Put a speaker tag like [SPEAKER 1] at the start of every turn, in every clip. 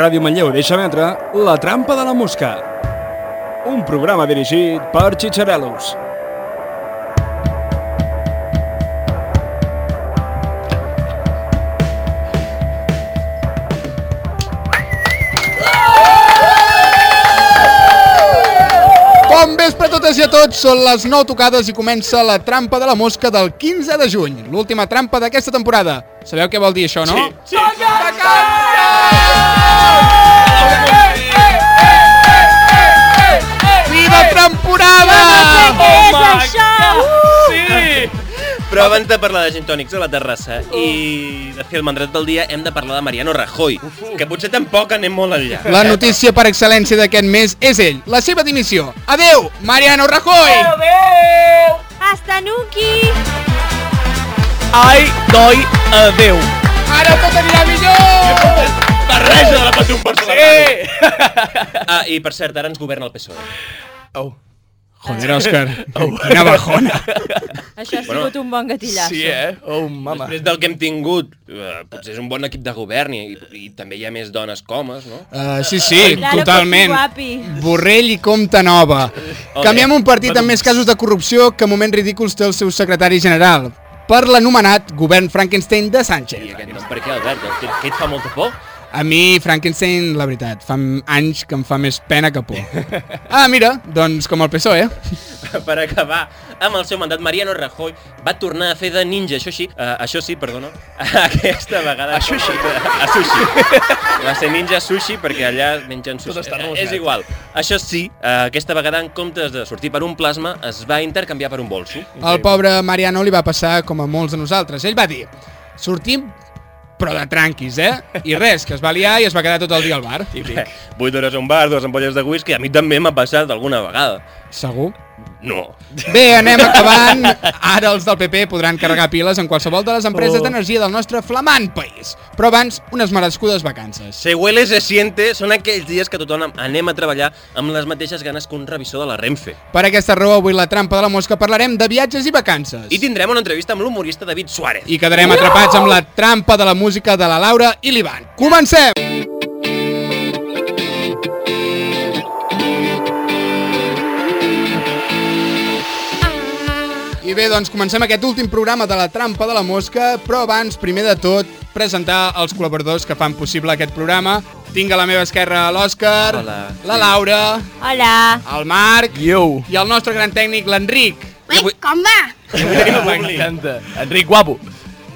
[SPEAKER 1] Ràdio Manlleu deixa emetre La trampa de la mosca, un programa dirigit per Xitxarelos.
[SPEAKER 2] Bon vespre a totes i a tots, són les 9 tocades i comença la trampa de la mosca del 15 de juny, l'última trampa d'aquesta temporada. Sabeu què vol dir això, no? Sí, sí. Viva temporada!
[SPEAKER 3] Uh!
[SPEAKER 4] Però abans de parlar de gintònics a la terrassa i de fer el mandrat del dia, hem de parlar de Mariano Rajoy, que potser tampoc anem molt enllà.
[SPEAKER 2] La notícia per excel·lència d'aquest mes és ell, la seva dimissió. Adeu, Mariano Rajoy!
[SPEAKER 3] Hasta Nuki!
[SPEAKER 5] Ai, doi, eh. adeu.
[SPEAKER 2] Ara tot anirà millor!
[SPEAKER 4] Barreja de la patum per
[SPEAKER 5] Eh!
[SPEAKER 4] Ah, i per cert, ara ens governa el PSOE.
[SPEAKER 5] Au.
[SPEAKER 2] Joder, Òscar, quina bajona.
[SPEAKER 3] Això ha
[SPEAKER 4] Bueno,
[SPEAKER 3] sigut un bon gatillazo.
[SPEAKER 5] Sí, eh? Oh, mama.
[SPEAKER 4] Després del que hem tingut, eh, potser és un bon equip de govern i, i també hi ha més dones que homes, no?
[SPEAKER 2] Uh, sí, sí,
[SPEAKER 3] Claro que
[SPEAKER 2] totalment.
[SPEAKER 3] sí, guapi.
[SPEAKER 2] Borrell i Comte Nova.
[SPEAKER 4] Ole.
[SPEAKER 2] Canviem un partit amb més casos de corrupció que moments ridículs té el seu secretari general per l'anomenat govern Frankenstein de
[SPEAKER 4] I
[SPEAKER 2] Sánchez.
[SPEAKER 4] aquest nom per què, Albert? Què, què et fa molta por?
[SPEAKER 2] A mi, Frankenstein, la veritat, fa anys que em fa més pena que por. Ah, mira, doncs com el PSOE.
[SPEAKER 4] Per acabar amb el seu mandat, Mariano Rajoy va tornar a fer de ninja, això sí, eh, això sí, perdona, aquesta vegada... Això sí. A sushi. Va ser ninja sushi perquè allà mengen sushi.
[SPEAKER 5] Tot està
[SPEAKER 4] Eh,
[SPEAKER 5] relacionat.
[SPEAKER 4] És igual. Això sí, eh, aquesta vegada en comptes de sortir per un plasma, es va intercanviar per un bolso.
[SPEAKER 2] El pobre Mariano li va passar com a molts de nosaltres. Ell va dir, sortim però de tranquis, eh? I res, que es va liar i es va quedar tot el dia al bar.
[SPEAKER 4] Típic. 8 hores a un bar, dues ampolles de whisky, a mi també m'ha passat alguna vegada.
[SPEAKER 2] Segur?
[SPEAKER 4] No.
[SPEAKER 2] Bé, anem acabant. Ara els del PP podran carregar piles en qualsevol de les empreses
[SPEAKER 4] Oh.
[SPEAKER 2] d'energia del nostre flamant país. Però abans, unes merescudes vacances.
[SPEAKER 4] Se huele, se siente, són aquells dies que tothom anem a treballar amb les mateixes ganes que un revisor de la Renfe.
[SPEAKER 2] Per aquesta raó, avui la trampa de la mosca parlarem de viatges i vacances.
[SPEAKER 4] I tindrem una entrevista amb l'humorista David Suárez.
[SPEAKER 2] I quedarem atrapats amb la trampa de la música de la Laura i l'Ivan. Comencem! I bé, doncs comencem aquest últim programa de la trampa de la mosca, però abans, primer de tot, presentar els col·laboradors que fan possible aquest programa. Tinc a la meva esquerra l'Òscar,
[SPEAKER 4] Hola.
[SPEAKER 2] la Laura,
[SPEAKER 3] Hola!
[SPEAKER 2] el Marc
[SPEAKER 5] Yo.
[SPEAKER 2] i el nostre gran tècnic, l'Enric.
[SPEAKER 5] M'encanta. Enric Guapo.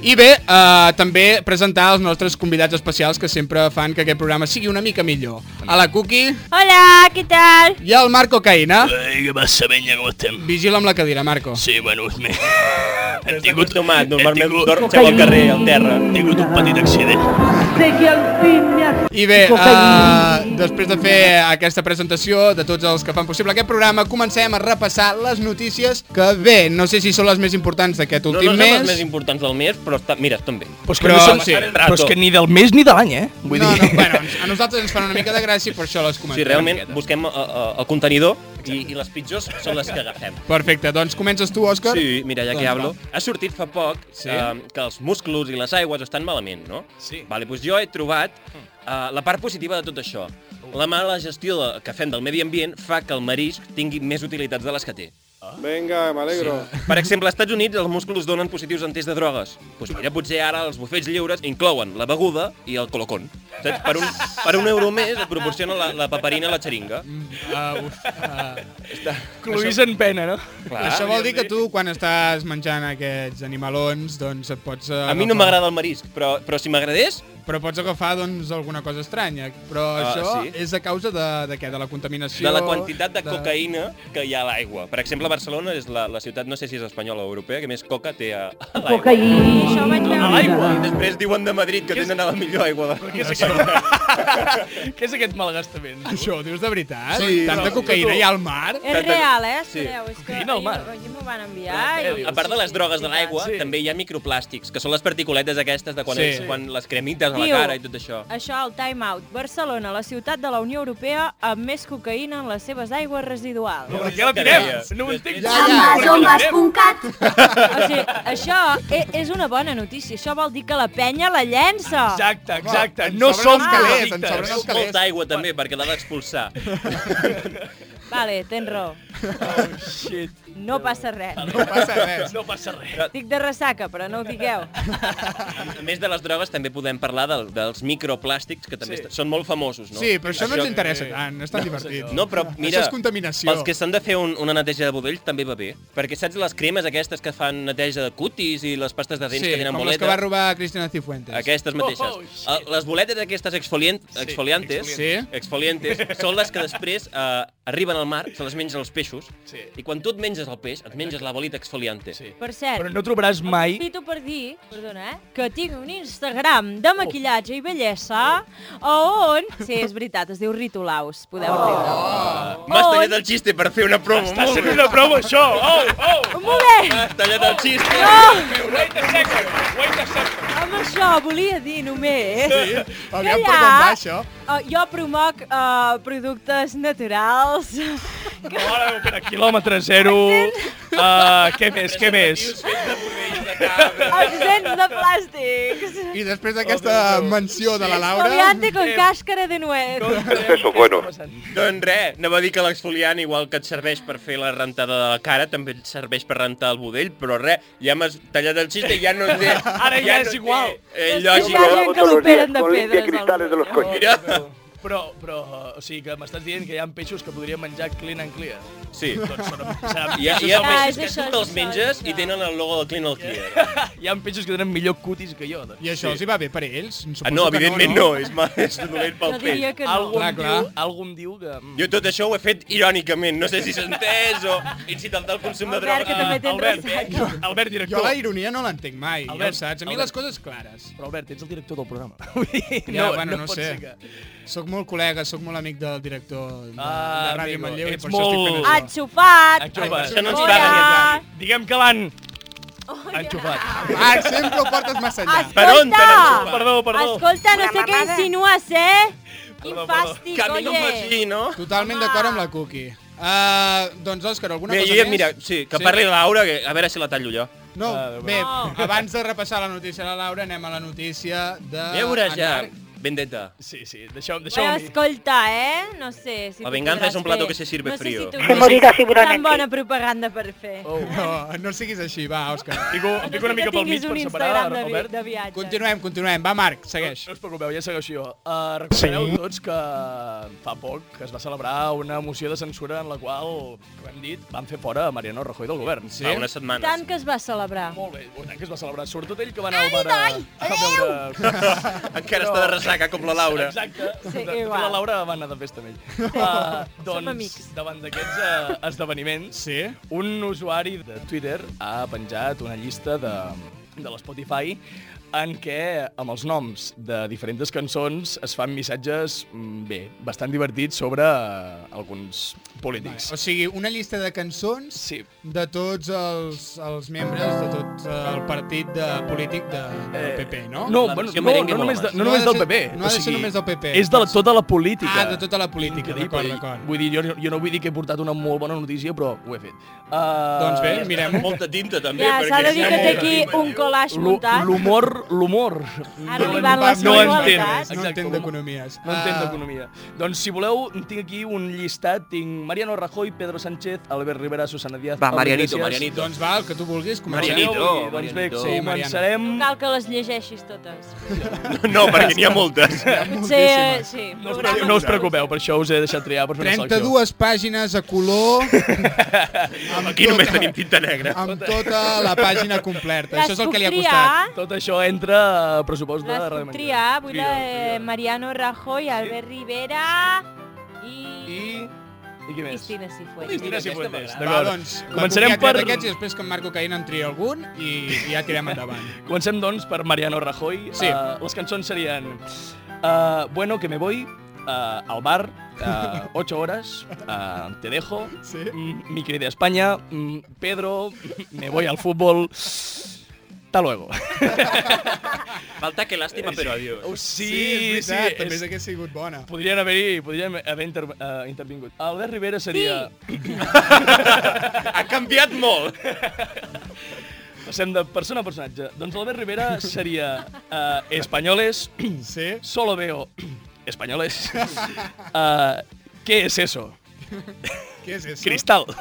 [SPEAKER 2] I bé, eh, també presentar els nostres convidats especials que sempre fan que aquest programa sigui una mica millor. A la Cookie
[SPEAKER 3] Hola, què tal?
[SPEAKER 2] i al Marco Caïna.
[SPEAKER 6] Ei, què passa, venya, com estem?
[SPEAKER 2] Vigila amb la cadira, Marco.
[SPEAKER 6] Sí, bueno, me... hem
[SPEAKER 4] Estic
[SPEAKER 6] tingut,
[SPEAKER 4] acostumat, normalment
[SPEAKER 6] tingut-
[SPEAKER 4] dorm al carrer, al terra.
[SPEAKER 6] hem tingut un petit accident.
[SPEAKER 2] I bé, eh, després de fer aquesta presentació de tots els que fan possible aquest programa, comencem a repassar les notícies que, bé, no sé si són les més importants d'aquest
[SPEAKER 4] No, no
[SPEAKER 2] últim
[SPEAKER 4] són
[SPEAKER 2] mes.
[SPEAKER 4] les més importants del mes, però està, mira, estan bé.
[SPEAKER 5] Però és que,
[SPEAKER 2] Però-
[SPEAKER 5] però, no som,
[SPEAKER 2] sí.
[SPEAKER 5] però és que ni del mes ni de l'any, eh? Vull
[SPEAKER 2] no,
[SPEAKER 5] dir...
[SPEAKER 2] no, bueno, a nosaltres ens fan una mica de gràcia i per això les comentem.
[SPEAKER 4] Sí,
[SPEAKER 2] una
[SPEAKER 4] realment,
[SPEAKER 2] miqueta.
[SPEAKER 4] busquem eh, eh, el contenidor i, i les pitjors són les que agafem.
[SPEAKER 2] Perfecte, doncs comences tu, Òscar.
[SPEAKER 4] Sí, mira, ja que
[SPEAKER 2] Doncs
[SPEAKER 4] hablo,
[SPEAKER 2] va.
[SPEAKER 4] ha sortit fa poc
[SPEAKER 2] Sí.
[SPEAKER 4] eh, que els musclos i les aigües estan malament, no?
[SPEAKER 5] Sí.
[SPEAKER 4] Vale, doncs jo he trobat
[SPEAKER 2] Hmm.
[SPEAKER 4] eh, la part positiva de tot això.
[SPEAKER 2] Uh.
[SPEAKER 4] La mala gestió de- que fem del medi ambient fa que el marisc tingui més utilitats de les que té.
[SPEAKER 7] Venga, me alegro.
[SPEAKER 4] Per exemple, als Estats Units els músculs donen positius en test de drogues. Doncs mira, potser ara els bufets lliures inclouen la beguda i el colocón. Saps? Per un, per un euro més et proporciona la, la paperina a la xeringa.
[SPEAKER 2] Uh, uf, uh,
[SPEAKER 5] Ah. Cluís en pena, no?
[SPEAKER 4] Clar.
[SPEAKER 2] Això vol dir que tu, quan estàs menjant aquests animalons, doncs et pots... eh,
[SPEAKER 4] A mi no
[SPEAKER 2] agafar-
[SPEAKER 4] m'agrada el marisc, però, però si m'agradés,
[SPEAKER 2] Però pots agafar, doncs, alguna cosa estranya. Però
[SPEAKER 4] Ah,
[SPEAKER 2] això
[SPEAKER 4] sí?
[SPEAKER 2] és a causa de, de què? De la contaminació...
[SPEAKER 4] de la quantitat de cocaïna que hi ha a l'aigua. Per exemple, Barcelona és la, la ciutat, no sé si és espanyola o europea, que més coca té a, a l'aigua.
[SPEAKER 3] Això ho vaig
[SPEAKER 4] A
[SPEAKER 3] veure.
[SPEAKER 4] l'aigua! I després diuen de Madrid que tenen a la millor aigua. De...
[SPEAKER 5] Què és, aquest... Què és aquest malgastament?
[SPEAKER 2] Això ho dius de veritat?
[SPEAKER 4] Sí,
[SPEAKER 2] Tanta
[SPEAKER 4] no,
[SPEAKER 2] cocaïna
[SPEAKER 4] tu.
[SPEAKER 2] hi ha al mar?
[SPEAKER 3] És real, eh?
[SPEAKER 4] Sí.
[SPEAKER 3] Espereu, és que...
[SPEAKER 5] Vine al mar.
[SPEAKER 3] ahir m'ho van enviar.
[SPEAKER 5] Però,
[SPEAKER 3] i-
[SPEAKER 4] A part de les drogues de l'aigua,
[SPEAKER 5] Sí.
[SPEAKER 4] també hi ha microplàstics, que són les particuletes aquestes de quan,
[SPEAKER 2] Sí.
[SPEAKER 4] és, quan les cremites a la
[SPEAKER 3] Tio.
[SPEAKER 4] cara i tot això.
[SPEAKER 3] Això al Time Out. Barcelona, la ciutat de la Unió Europea amb més cocaïna en les seves aigües residuals.
[SPEAKER 5] Per què la tirem? No ho entenc.
[SPEAKER 2] Ja, ja.
[SPEAKER 3] O sigui, això e- és una bona notícia. Això vol dir que la penya la llença.
[SPEAKER 5] Exacte, exacte. No
[SPEAKER 2] Sobre
[SPEAKER 5] Som
[SPEAKER 2] els calés, ens
[SPEAKER 5] productes.
[SPEAKER 2] sobren els calés.
[SPEAKER 4] Molta aigua també, perquè l'ha d'expulsar.
[SPEAKER 3] Vale, tens raó.
[SPEAKER 5] Oh, shit.
[SPEAKER 3] No passa res.
[SPEAKER 2] No passa res.
[SPEAKER 5] No passa res.
[SPEAKER 3] Estic de ressaca, però no ho digueu.
[SPEAKER 4] A més de les drogues, també podem parlar del, dels microplàstics, que també
[SPEAKER 5] Sí.
[SPEAKER 4] sí. són molt famosos, no?
[SPEAKER 2] Sí, però això no ens interessa tant, és tan divertit.
[SPEAKER 4] No, però mira,
[SPEAKER 2] Això és contaminació.
[SPEAKER 4] els que s'han de fer un, una neteja de budell també va bé. Perquè saps les cremes aquestes que fan neteja de cutis i les pastes de dents
[SPEAKER 2] Sí,
[SPEAKER 4] que tenen
[SPEAKER 2] com les
[SPEAKER 4] boleta?
[SPEAKER 2] que va robar Cristina Cifuentes.
[SPEAKER 4] Aquestes mateixes.
[SPEAKER 5] Oh, oh, shit.
[SPEAKER 4] Eh, les boletes aquestes exfolient, exfoliantes,
[SPEAKER 2] exfoliantes.
[SPEAKER 4] exfoliantes, són les que després eh, arriben al mar, se les mengen els peixos,
[SPEAKER 5] Sí.
[SPEAKER 4] i quan tu et menges el peix, et menges la bolita exfoliante.
[SPEAKER 5] Sí.
[SPEAKER 3] Per cert,
[SPEAKER 5] Però no trobaràs mai...
[SPEAKER 3] aprofito per dir, perdona, eh, que tinc un Instagram
[SPEAKER 5] Oh.
[SPEAKER 3] de maquillatge i bellesa on... Sí, és veritat, es diu Ritolaus, podeu
[SPEAKER 5] Oh.
[SPEAKER 3] riure.
[SPEAKER 4] M'has
[SPEAKER 3] Oh.
[SPEAKER 4] tallat el xiste per fer una promo.
[SPEAKER 5] Estàs
[SPEAKER 4] molt
[SPEAKER 5] fent
[SPEAKER 4] bé.
[SPEAKER 5] una prova, això! Oh,
[SPEAKER 2] uh,
[SPEAKER 5] oh!
[SPEAKER 3] Molt bé!
[SPEAKER 4] M'has tallat el xiste.
[SPEAKER 5] Wait a second, wait a second.
[SPEAKER 3] Amb això volia dir només... Sí,
[SPEAKER 2] aviam per on va això.
[SPEAKER 3] jo promoc eh, productes naturals.
[SPEAKER 5] Mare meva, espera, quilòmetre zero... Uh, què més, què més?
[SPEAKER 3] Exempts de plàstics.
[SPEAKER 2] I després d'aquesta menció de la Laura...
[SPEAKER 3] Exfoliante
[SPEAKER 5] Eh,
[SPEAKER 3] con cáscara de nuez.
[SPEAKER 5] Eso, bueno.
[SPEAKER 4] Doncs res, anava a dir que l'exfoliant, igual que et serveix per fer la rentada de la cara, també et serveix per rentar el budell, però res, ja m'has tallat el xiste i ja no té...
[SPEAKER 5] Ara ja és
[SPEAKER 4] té,
[SPEAKER 5] igual.
[SPEAKER 4] Eh,
[SPEAKER 3] És que hi ha
[SPEAKER 4] lògica.
[SPEAKER 3] gent que l'operen de
[SPEAKER 8] Con limpia cristales de
[SPEAKER 3] pedres.
[SPEAKER 8] los coches.
[SPEAKER 4] Mira.
[SPEAKER 5] Però, però, eh, o sigui, que m'estàs dient que hi ha peixos que podríem menjar clean and clear.
[SPEAKER 4] Sí.
[SPEAKER 5] Doncs sona, serà,
[SPEAKER 4] Hi ha, hi ha
[SPEAKER 3] Ah, és
[SPEAKER 4] peixos que
[SPEAKER 3] això,
[SPEAKER 4] tu te'ls
[SPEAKER 3] és això,
[SPEAKER 4] menges
[SPEAKER 3] és
[SPEAKER 4] i
[SPEAKER 3] això.
[SPEAKER 4] tenen el logo del Clean al Clear.
[SPEAKER 5] hi ha peixos que tenen millor cutis que jo. Doncs.
[SPEAKER 2] I això els hi va bé per ells? Suposo
[SPEAKER 4] Ah, no,
[SPEAKER 2] que
[SPEAKER 4] evidentment no, és, mal, és dolent pel
[SPEAKER 3] Jo
[SPEAKER 4] pell.
[SPEAKER 3] diria que
[SPEAKER 5] Algú,
[SPEAKER 3] no.
[SPEAKER 2] Clar,
[SPEAKER 5] em
[SPEAKER 2] clar.
[SPEAKER 5] Diu, algú em diu que... mm,
[SPEAKER 4] Jo tot això ho he fet irònicament, no sé si s'ha entès o incitant al consum de
[SPEAKER 3] Albert, que
[SPEAKER 4] droga.
[SPEAKER 3] també tens
[SPEAKER 5] Albert,
[SPEAKER 3] ressaca.
[SPEAKER 5] Albert,
[SPEAKER 2] Jo
[SPEAKER 5] director.
[SPEAKER 2] la ironia no l'entenc mai, ja ho
[SPEAKER 5] Albert,
[SPEAKER 2] saps. A mi
[SPEAKER 5] Albert.
[SPEAKER 2] les coses clares.
[SPEAKER 5] Però Albert, ets el director del programa. Vull dir,
[SPEAKER 2] Ja, bueno, no
[SPEAKER 5] pot
[SPEAKER 2] sé.
[SPEAKER 5] ser Que...
[SPEAKER 2] Soc molt col·lega, soc molt amic del director de,
[SPEAKER 5] Ah,
[SPEAKER 2] de Ràdio
[SPEAKER 5] amigo,
[SPEAKER 2] Manlleu i
[SPEAKER 5] ets
[SPEAKER 2] per això estic fent
[SPEAKER 5] molt-
[SPEAKER 2] això.
[SPEAKER 3] Ha enxufat.
[SPEAKER 5] Això va.
[SPEAKER 4] Això no ens
[SPEAKER 3] Hola.
[SPEAKER 4] paga ni a tant.
[SPEAKER 5] Diguem que l'han...
[SPEAKER 3] Oh,
[SPEAKER 5] Enxufat.
[SPEAKER 2] Ah, sempre ho portes massa enllà.
[SPEAKER 4] Per on te n'enxufes?
[SPEAKER 3] Escolta!
[SPEAKER 5] Perdó, perdó.
[SPEAKER 3] Escolta, no sé què insinues, eh? Quin fàstic,
[SPEAKER 4] Camino
[SPEAKER 3] oye.
[SPEAKER 4] així, no?
[SPEAKER 2] Totalment
[SPEAKER 3] Home.
[SPEAKER 2] d'acord amb la Cookie. Uh, doncs, Òscar, alguna
[SPEAKER 4] Mira,
[SPEAKER 2] cosa
[SPEAKER 4] jo ja,
[SPEAKER 2] més?
[SPEAKER 4] mira, sí, que parli la Laura, que a veure si la tallo jo.
[SPEAKER 2] No,
[SPEAKER 5] Ah,
[SPEAKER 2] bé,
[SPEAKER 3] No.
[SPEAKER 2] abans de repassar la notícia de la Laura, anem a la notícia de...
[SPEAKER 4] Ja veuràs
[SPEAKER 2] en
[SPEAKER 4] ja,
[SPEAKER 2] Marc.
[SPEAKER 4] vendetta.
[SPEAKER 5] Sí, sí, deixeu-me deixeu
[SPEAKER 3] Bueno,
[SPEAKER 5] a mi.
[SPEAKER 3] escolta, eh? No sé si
[SPEAKER 4] La
[SPEAKER 3] tu
[SPEAKER 4] venganza
[SPEAKER 3] podràs
[SPEAKER 4] es un plato
[SPEAKER 3] fer.
[SPEAKER 4] que se sirve
[SPEAKER 3] no sé
[SPEAKER 4] frío.
[SPEAKER 3] Si tu
[SPEAKER 4] Me
[SPEAKER 3] tens
[SPEAKER 8] morirá seguramente.
[SPEAKER 3] Tan bona propaganda per fer.
[SPEAKER 5] Oh.
[SPEAKER 2] No, no siguis així, va, Òscar.
[SPEAKER 5] Pico,
[SPEAKER 3] A no
[SPEAKER 5] pico
[SPEAKER 3] ser
[SPEAKER 5] una
[SPEAKER 3] que
[SPEAKER 5] mica pel
[SPEAKER 3] tinguis
[SPEAKER 5] mig
[SPEAKER 3] un
[SPEAKER 5] per separar,
[SPEAKER 3] Instagram de, vi-
[SPEAKER 5] Albert.
[SPEAKER 3] de viatge.
[SPEAKER 2] Continuem, continuem. Va, Marc, segueix.
[SPEAKER 5] No us preocupeu, ja segueixo jo. Uh, recordareu sí. tots que fa poc que es va celebrar una moció de censura en la qual, com hem dit, van fer fora a Mariano Rajoy del govern.
[SPEAKER 4] Sí? Fa unes setmanes.
[SPEAKER 3] Tant que es va celebrar.
[SPEAKER 5] Molt bé, tant que es va celebrar. Sobretot ell que va anar al bar a, a veure...
[SPEAKER 4] Encara està de ressaca com la Laura.
[SPEAKER 5] Exacte.
[SPEAKER 3] Sí,
[SPEAKER 5] De- de fet,
[SPEAKER 3] igual.
[SPEAKER 5] La Laura va anar de festa amb ell. Uh,
[SPEAKER 3] Som
[SPEAKER 5] doncs,
[SPEAKER 3] amics.
[SPEAKER 5] davant d'aquests uh, esdeveniments,
[SPEAKER 2] Sí?
[SPEAKER 5] un usuari de Twitter ha penjat una llista de, de l'Spotify en què amb els noms de diferents cançons es fan missatges, mm, bé, bastant divertits sobre eh, alguns polítics.
[SPEAKER 2] O sigui, una llista de cançons
[SPEAKER 5] Sí.
[SPEAKER 2] de tots els, els membres, de tot eh, el partit de, polític de, del PP, no?
[SPEAKER 5] Eh, No,
[SPEAKER 4] La
[SPEAKER 5] bueno,
[SPEAKER 4] versió
[SPEAKER 5] no,
[SPEAKER 4] merengue
[SPEAKER 5] no,
[SPEAKER 4] mola
[SPEAKER 5] només, de,
[SPEAKER 4] més.
[SPEAKER 5] no,
[SPEAKER 2] No ha
[SPEAKER 5] només
[SPEAKER 2] de
[SPEAKER 5] del
[SPEAKER 2] ser-
[SPEAKER 5] PP.
[SPEAKER 2] no ha de ser només del PP.
[SPEAKER 5] És de la, tota la política.
[SPEAKER 2] Ah, de tota la política, d'acord,
[SPEAKER 5] Increïble.
[SPEAKER 2] d'acord.
[SPEAKER 5] Vull dir, jo, jo no vull dir que he portat una molt bona notícia, però ho he fet. Uh,
[SPEAKER 2] Doncs bé, mirem-ho.
[SPEAKER 4] Molta tinta, també.
[SPEAKER 3] Ja, s'ha
[SPEAKER 4] perquè
[SPEAKER 3] de dir que
[SPEAKER 4] hi ha
[SPEAKER 3] té
[SPEAKER 4] molt
[SPEAKER 3] aquí
[SPEAKER 4] tinta.
[SPEAKER 3] un collage muntat.
[SPEAKER 5] L'humor, l'humor.
[SPEAKER 3] Ha arribat
[SPEAKER 2] No
[SPEAKER 3] la
[SPEAKER 2] entén, Ah.
[SPEAKER 5] no entén.
[SPEAKER 3] sexualitat.
[SPEAKER 2] No
[SPEAKER 5] Exacte,
[SPEAKER 2] entenc
[SPEAKER 5] com-
[SPEAKER 2] d'economies.
[SPEAKER 5] No entenc d'economia. Doncs si voleu, tinc aquí un llistat. Tinc Mariano Rajoy, Pedro Sánchez, Albert Rivera, Susana Díaz...
[SPEAKER 4] Va,
[SPEAKER 5] Pablo
[SPEAKER 4] Marianito,
[SPEAKER 5] Iglesias.
[SPEAKER 4] Marianito.
[SPEAKER 2] Doncs va, el que tu vulguis, comencem.
[SPEAKER 4] Marianito,
[SPEAKER 5] Vull dir, Doncs bé,
[SPEAKER 4] Marianito.
[SPEAKER 5] sí,
[SPEAKER 2] Mariano.
[SPEAKER 5] començarem...
[SPEAKER 3] No cal que les llegeixis totes.
[SPEAKER 2] Doncs-
[SPEAKER 4] No, perquè n'hi ha moltes.
[SPEAKER 3] Sí, eh, sí.
[SPEAKER 5] No us,
[SPEAKER 3] programa
[SPEAKER 5] pre- no us
[SPEAKER 3] de-
[SPEAKER 5] preocupeu, per això us he deixat triar per fer una selecció.
[SPEAKER 2] 32 pàgines a color... amb
[SPEAKER 4] Aquí només
[SPEAKER 2] tota-
[SPEAKER 4] tenim tinta negra.
[SPEAKER 2] Amb tota la pàgina completa.
[SPEAKER 3] Les
[SPEAKER 2] Això és el que li ha
[SPEAKER 3] puc
[SPEAKER 2] costat.
[SPEAKER 3] triar,
[SPEAKER 5] Tot això entra a pressupost de
[SPEAKER 3] Les
[SPEAKER 5] Ràdio
[SPEAKER 3] puc
[SPEAKER 5] Manlleu.
[SPEAKER 3] triar, vull la de
[SPEAKER 5] Tria, tria.
[SPEAKER 3] Mariano Rajoy, Albert Rivera i...
[SPEAKER 5] I... I què més?
[SPEAKER 3] Cristina Cifuentes.
[SPEAKER 5] Cristina Cifuentes.
[SPEAKER 2] Va,
[SPEAKER 5] D'acord.
[SPEAKER 2] doncs,
[SPEAKER 5] Començarem per...
[SPEAKER 2] Aquests, i després que en Marco Caín en tria algun i, i ja tirem endavant.
[SPEAKER 5] Comencem, doncs, per Mariano Rajoy.
[SPEAKER 2] Sí.
[SPEAKER 5] Uh, les cançons serien... Uh, bueno, que me voy, uh, al bar, uh, 8 horas, uh, te dejo,
[SPEAKER 2] Sí.
[SPEAKER 5] mm, mi querida España, mm, Pedro, me voy al fútbol... Hasta luego.
[SPEAKER 4] Falta que lástima, però adiós.
[SPEAKER 5] Oh,
[SPEAKER 2] és veritat, també és... hagués sigut bona.
[SPEAKER 5] Podrien haver-hi, podrien haver inter, uh, intervingut. Albert Rivera seria... Sí.
[SPEAKER 4] Ha canviat molt.
[SPEAKER 5] Passem de persona a personatge. Doncs l'Albert Rivera seria uh, Españoles,
[SPEAKER 2] Sí?
[SPEAKER 5] solo veo Españoles. Uh, ¿Qué es eso?
[SPEAKER 2] Què és això?
[SPEAKER 5] Cristal.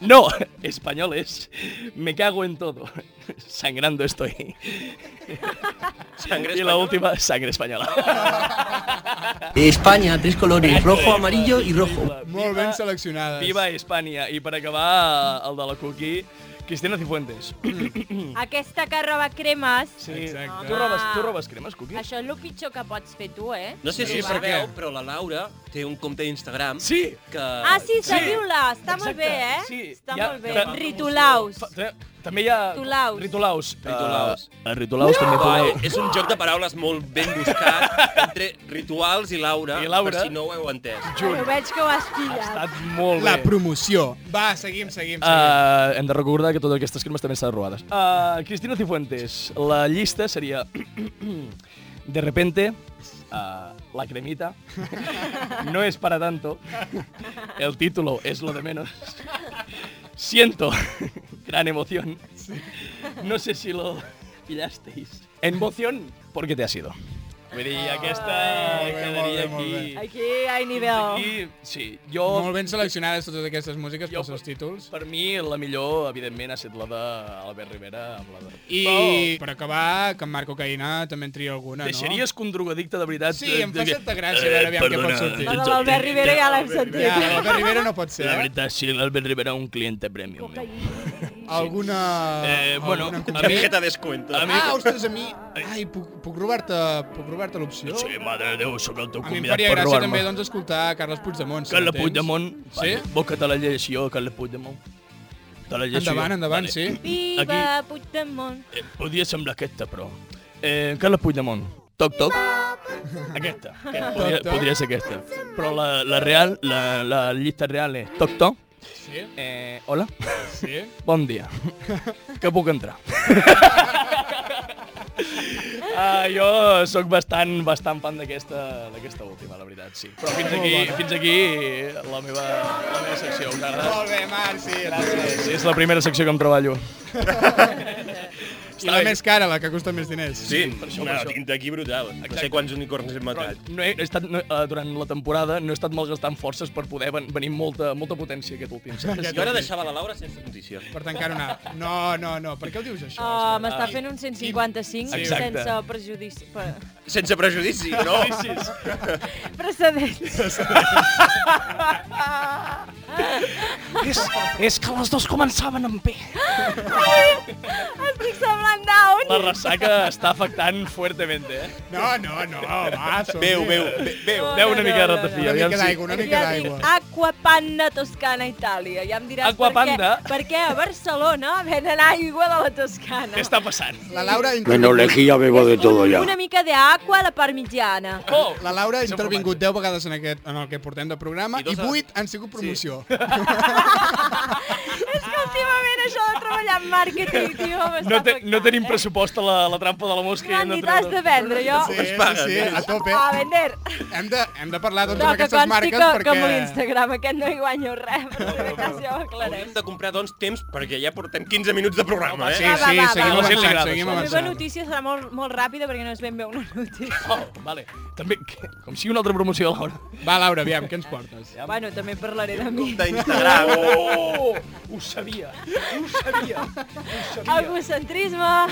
[SPEAKER 5] No, Españoles, me cago en todo. Sangrando estoy.
[SPEAKER 4] Sangre
[SPEAKER 5] Y la
[SPEAKER 4] española.
[SPEAKER 5] última, sangre española.
[SPEAKER 8] España, tres colores, rojo, amarillo y rojo.
[SPEAKER 2] Molt ben seleccionades.
[SPEAKER 5] Viva España. I per acabar, el de la Coquí, Cristina Cifuentes.
[SPEAKER 3] Aquesta que roba cremes...
[SPEAKER 5] Sí.
[SPEAKER 2] Exacte.
[SPEAKER 5] Tu robes,
[SPEAKER 3] Ah.
[SPEAKER 5] tu robes cremes, Coquí?
[SPEAKER 3] Això és el pitjor que pots fer tu, eh?
[SPEAKER 4] No sé si
[SPEAKER 2] Sí,
[SPEAKER 4] ho
[SPEAKER 2] per
[SPEAKER 4] sabeu,
[SPEAKER 2] què?
[SPEAKER 4] però la Laura té un compte d'Instagram
[SPEAKER 5] Sí!
[SPEAKER 4] que...
[SPEAKER 3] Ah, sí, seguiu-la. Està molt
[SPEAKER 5] Exacte,
[SPEAKER 3] bé, eh?
[SPEAKER 5] sí.
[SPEAKER 3] Està
[SPEAKER 5] Ja-
[SPEAKER 3] molt bé.
[SPEAKER 5] ja-
[SPEAKER 3] Ritolaus.
[SPEAKER 5] Fa- ta- També hi ha...
[SPEAKER 3] Ritolaus.
[SPEAKER 5] Ritolaus.
[SPEAKER 4] Ritolaus.
[SPEAKER 5] Uh, Ritolaus també
[SPEAKER 4] Va,
[SPEAKER 5] té...
[SPEAKER 4] és un joc de paraules molt ben buscat entre rituals i Laura,
[SPEAKER 5] I Laura.
[SPEAKER 4] per si no ho heu entès.
[SPEAKER 3] Ai, Ho veig que ho has
[SPEAKER 5] Ha
[SPEAKER 3] pillat.
[SPEAKER 5] estat molt bé.
[SPEAKER 2] La promoció. Va, seguim, seguim. seguim.
[SPEAKER 5] Uh, hem de recordar que totes aquestes cremes també estan robades. Uh, Cristina Cifuentes, la llista seria... De repente, uh, la cremita, no es para tanto, el título es lo de menos, siento gran emoción, no sé si lo pillasteis. Emoción, ¿por qué te has ido? Vull dir, aquesta quedaria
[SPEAKER 2] molt bé, molt
[SPEAKER 5] aquí.
[SPEAKER 3] Aquí hi ha nivell.
[SPEAKER 5] aquí. Sí, jo...
[SPEAKER 2] Molt ben seleccionades totes aquestes músiques
[SPEAKER 5] Jo-
[SPEAKER 2] pels seus títols.
[SPEAKER 5] Per mi, la millor, evidentment, ha estat la d'Albert Rivera amb la de...
[SPEAKER 2] I
[SPEAKER 5] Però
[SPEAKER 2] per acabar, que en Marco Caïna també en tria alguna, no?
[SPEAKER 5] Oh. Deixaries que un drogadicte de veritat... eh,
[SPEAKER 2] Sí, em fa
[SPEAKER 5] de-
[SPEAKER 2] certa gràcia veure aviam què pot
[SPEAKER 6] perdona.
[SPEAKER 2] sortir.
[SPEAKER 3] La de l'Albert Rivera ja l'hem
[SPEAKER 2] Ja,
[SPEAKER 3] sentit.
[SPEAKER 2] l'Albert Rivera no pot ser,
[SPEAKER 6] La
[SPEAKER 2] eh?
[SPEAKER 6] veritat, sí, l'Albert Rivera un cliente premium. meu.
[SPEAKER 2] Alguna...
[SPEAKER 4] Ah,
[SPEAKER 5] Eh, bueno,
[SPEAKER 2] alguna en
[SPEAKER 5] a mi-
[SPEAKER 2] concret?
[SPEAKER 4] Tarjeta descuento.
[SPEAKER 2] Ah, ostres, a mi... Ai, puc, puc robar-te puc robar-te l'opció?
[SPEAKER 6] Sí, madre de Déu, sobre el teu
[SPEAKER 2] A mi em
[SPEAKER 6] convidat
[SPEAKER 2] faria
[SPEAKER 6] per
[SPEAKER 2] gràcia també
[SPEAKER 6] robar-me.
[SPEAKER 2] doncs, escoltar Carles Puigdemont. si
[SPEAKER 6] Carles
[SPEAKER 2] el tens.
[SPEAKER 6] Puigdemont,
[SPEAKER 2] Sí?
[SPEAKER 6] vale, vols que te la llegeixi jo, Carles Puigdemont? Te la llegeixo
[SPEAKER 2] Endavant,
[SPEAKER 6] jo.
[SPEAKER 2] endavant,
[SPEAKER 6] Vale.
[SPEAKER 2] sí.
[SPEAKER 3] Viva Puigdemont.
[SPEAKER 6] Eh, Podia semblar aquesta, però... Eh, Carles Puigdemont. Toc, toc. Aquesta. aquesta. Podria,
[SPEAKER 2] Toc, toc.
[SPEAKER 6] podria ser aquesta. Però la, la real, la, la llista real és toc, toc.
[SPEAKER 2] Sí,
[SPEAKER 6] Eh, hola,
[SPEAKER 2] sí.
[SPEAKER 6] bon dia. que puc entrar?
[SPEAKER 5] Ah, jo sóc bastant, bastant fan d'aquesta d'aquesta última, la veritat, sí. Però fins aquí, fins aquí la meva, la meva secció. Us ha agradat?
[SPEAKER 2] Molt bé, Marc, sí, gràcies.
[SPEAKER 5] És la primera secció que em treballo.
[SPEAKER 2] I la més cara, la que costa més diners.
[SPEAKER 4] Sí,
[SPEAKER 5] per això,
[SPEAKER 4] una
[SPEAKER 5] per això.
[SPEAKER 4] tinta aquí brutal. No sé quants unicorns hem
[SPEAKER 5] Però
[SPEAKER 4] matat.
[SPEAKER 5] no he, he estat, no, eh, durant la temporada no he estat malgastant forces per poder ven, venir amb molta, molta potència aquest últim. Saps?
[SPEAKER 4] Jo ara deixava la Laura sense notícia.
[SPEAKER 2] Per tancar una... No, no, no, per què ho dius això?
[SPEAKER 4] Ah,
[SPEAKER 3] Oh, m'està fent un 155
[SPEAKER 5] Exacte.
[SPEAKER 3] sense prejudici. Per...
[SPEAKER 4] Sense prejudici, no?
[SPEAKER 3] Precedents.
[SPEAKER 5] és, és que les dues començaven amb P.
[SPEAKER 3] Estic semblant
[SPEAKER 5] La
[SPEAKER 3] down.
[SPEAKER 5] ressaca està afectant fuertemente, eh?
[SPEAKER 2] No, no, no, va, eh? som
[SPEAKER 4] Veu, veu, ve- veu.
[SPEAKER 5] Deu una mica de ratafia,
[SPEAKER 2] Una
[SPEAKER 5] aviam
[SPEAKER 2] mica
[SPEAKER 5] si...
[SPEAKER 2] d'aigua, una mica d'aigua.
[SPEAKER 3] Aquapanna Toscana, Itàlia. Ja em diràs
[SPEAKER 5] Aquapanna?
[SPEAKER 3] per què. Perquè a Barcelona venen aigua de la Toscana.
[SPEAKER 5] Què està passant?
[SPEAKER 2] La Laura, ha
[SPEAKER 8] Bueno,
[SPEAKER 2] intervingut-
[SPEAKER 8] lejía bebo de todo ya.
[SPEAKER 3] Una mica d'aqua a la part mitjana.
[SPEAKER 5] Oh!
[SPEAKER 2] la Laura ha
[SPEAKER 5] Som
[SPEAKER 2] intervingut 10 vegades en, aquest, en el que portem de programa
[SPEAKER 4] I
[SPEAKER 2] i,
[SPEAKER 4] dos a-
[SPEAKER 2] 8 han sigut promoció.
[SPEAKER 3] És que últimament això de treballar en màrqueting, tio, m'està
[SPEAKER 5] No, te,
[SPEAKER 3] afectant,
[SPEAKER 5] no tenim
[SPEAKER 3] eh?
[SPEAKER 5] pressupost a la, la trampa de la mosca i hem
[SPEAKER 3] Grandi,
[SPEAKER 5] de
[SPEAKER 3] t'has de
[SPEAKER 5] treure...
[SPEAKER 3] vendre, jo.
[SPEAKER 2] Sí, sí,
[SPEAKER 4] paguen,
[SPEAKER 2] sí,
[SPEAKER 4] eh?
[SPEAKER 2] a tope.
[SPEAKER 3] A vender.
[SPEAKER 2] Hem de, hem de parlar doncs,
[SPEAKER 3] No, que
[SPEAKER 2] d'aquestes
[SPEAKER 3] consti
[SPEAKER 2] marques
[SPEAKER 3] que, que amb
[SPEAKER 2] perquè...
[SPEAKER 3] l'Instagram aquest no hi guanyo res, però de veritat ja ho aclarem.
[SPEAKER 4] Hauríem de comprar, doncs, temps, perquè ja portem 15 minuts de programa,
[SPEAKER 2] Sí,
[SPEAKER 4] eh?
[SPEAKER 3] Ah, Va, va,
[SPEAKER 2] sí,
[SPEAKER 3] va,
[SPEAKER 2] seguim
[SPEAKER 5] La
[SPEAKER 3] va.
[SPEAKER 5] gent li
[SPEAKER 2] avançant,
[SPEAKER 5] agrada,
[SPEAKER 2] seguim
[SPEAKER 5] això.
[SPEAKER 3] La meva
[SPEAKER 2] avançant.
[SPEAKER 3] notícia serà molt, molt ràpida perquè no és ben bé una notícia.
[SPEAKER 5] Oh, vale. També, que- com sigui una altra promoció, Laura.
[SPEAKER 2] Va, Laura, aviam, què ens portes?
[SPEAKER 3] Ah, Bueno, també parlaré de mi.
[SPEAKER 4] D'Instagram.
[SPEAKER 5] Oh! Ho sabia, ho sabia.
[SPEAKER 3] Egocentrisme. Ah,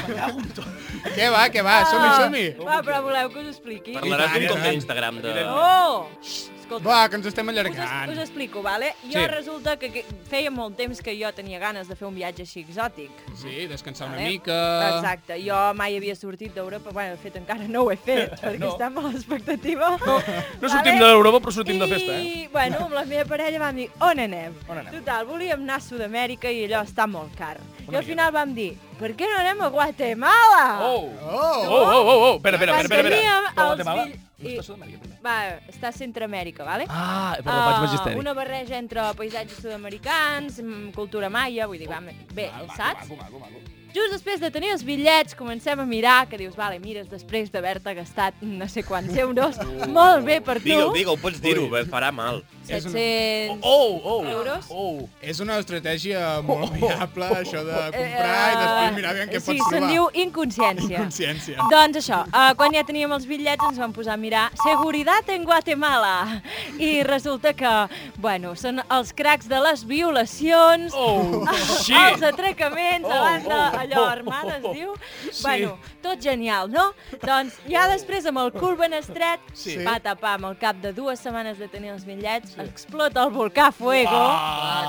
[SPEAKER 2] Què va, què
[SPEAKER 4] Ah.
[SPEAKER 2] va? Som-hi, som-hi!
[SPEAKER 3] Va, però voleu que us ho expliqui?
[SPEAKER 4] Parlaràs d'un
[SPEAKER 2] I
[SPEAKER 4] compte
[SPEAKER 2] tant, i tant.
[SPEAKER 4] d'Instagram de...
[SPEAKER 3] Oh! Xxt, Escolta,
[SPEAKER 2] Va, que ens estem
[SPEAKER 3] us, es- us
[SPEAKER 2] allargant.
[SPEAKER 3] explico, vale? Jo
[SPEAKER 2] Sí.
[SPEAKER 3] resulta que que feia molt temps que jo tenia ganes de fer un viatge així exòtic.
[SPEAKER 2] Sí, descansar una
[SPEAKER 3] Vale?
[SPEAKER 2] mica...
[SPEAKER 3] Exacte, jo mai havia sortit d'Europa, bueno, de fet encara no ho he fet, perquè no. estava a l'expectativa. No,
[SPEAKER 5] No sortim d'Europa, però sortim de festa, eh?
[SPEAKER 3] I, bueno, amb la meva parella vam dir, on anem?
[SPEAKER 5] On anem?
[SPEAKER 3] Total, volíem anar a Sud-amèrica i allò està molt car. I al final vam dir, per què no anem a Guatemala?
[SPEAKER 5] Oh! Oh,
[SPEAKER 2] Oh!
[SPEAKER 5] oh, oh, oh! Espera, espera,
[SPEAKER 3] Quan
[SPEAKER 5] espera. espera.
[SPEAKER 3] teníem
[SPEAKER 5] Però
[SPEAKER 3] els
[SPEAKER 5] Guatemala
[SPEAKER 3] vill-
[SPEAKER 5] No
[SPEAKER 3] i-
[SPEAKER 5] està a Sud-amèrica, primer.
[SPEAKER 3] Va, està a Centroamèrica, vale?
[SPEAKER 5] Ah, però el vaig magisteri.
[SPEAKER 3] una barreja entre paisatges sud-americans, mm, cultura maia, vull dir, vam... bé, saps?
[SPEAKER 5] Maco, maco, maco.
[SPEAKER 3] Just després de tenir els bitllets, comencem a mirar, que dius, vale, mires després
[SPEAKER 2] Oh.
[SPEAKER 3] d'haver-te gastat no sé quants euros, molt bé per tu.
[SPEAKER 4] Digue-ho, digue-ho, pots dir-ho, eh, farà mal.
[SPEAKER 2] És una-
[SPEAKER 3] 700...
[SPEAKER 5] Oh, oh,
[SPEAKER 3] Euros?
[SPEAKER 5] oh.
[SPEAKER 2] És una
[SPEAKER 3] Oh,
[SPEAKER 2] estratègia molt viable, això de comprar
[SPEAKER 3] Eh,
[SPEAKER 2] i després mirar oh, aviam què
[SPEAKER 3] sí,
[SPEAKER 2] pots
[SPEAKER 3] se'n
[SPEAKER 2] trobar.
[SPEAKER 3] diu inconsciència.
[SPEAKER 2] Inconsciència.
[SPEAKER 3] Doncs això, uh, quan ja teníem els bitllets ens vam posar a mirar Seguridad en Guatemala. I resulta que, bueno, són els cracs de les violacions,
[SPEAKER 5] Oh,
[SPEAKER 3] els
[SPEAKER 5] shit!
[SPEAKER 3] atracaments,
[SPEAKER 5] Oh,
[SPEAKER 3] a banda,
[SPEAKER 5] oh,
[SPEAKER 3] allò
[SPEAKER 5] oh,
[SPEAKER 3] armat es
[SPEAKER 5] oh, oh.
[SPEAKER 3] diu.
[SPEAKER 5] Sí. Oh.
[SPEAKER 3] Bueno, tot genial, no? Doncs ja després amb el cul ben estret,
[SPEAKER 2] Sí.
[SPEAKER 3] va tapar amb el cap de dues setmanes de tenir els bitllets, explota el volcà Fuego.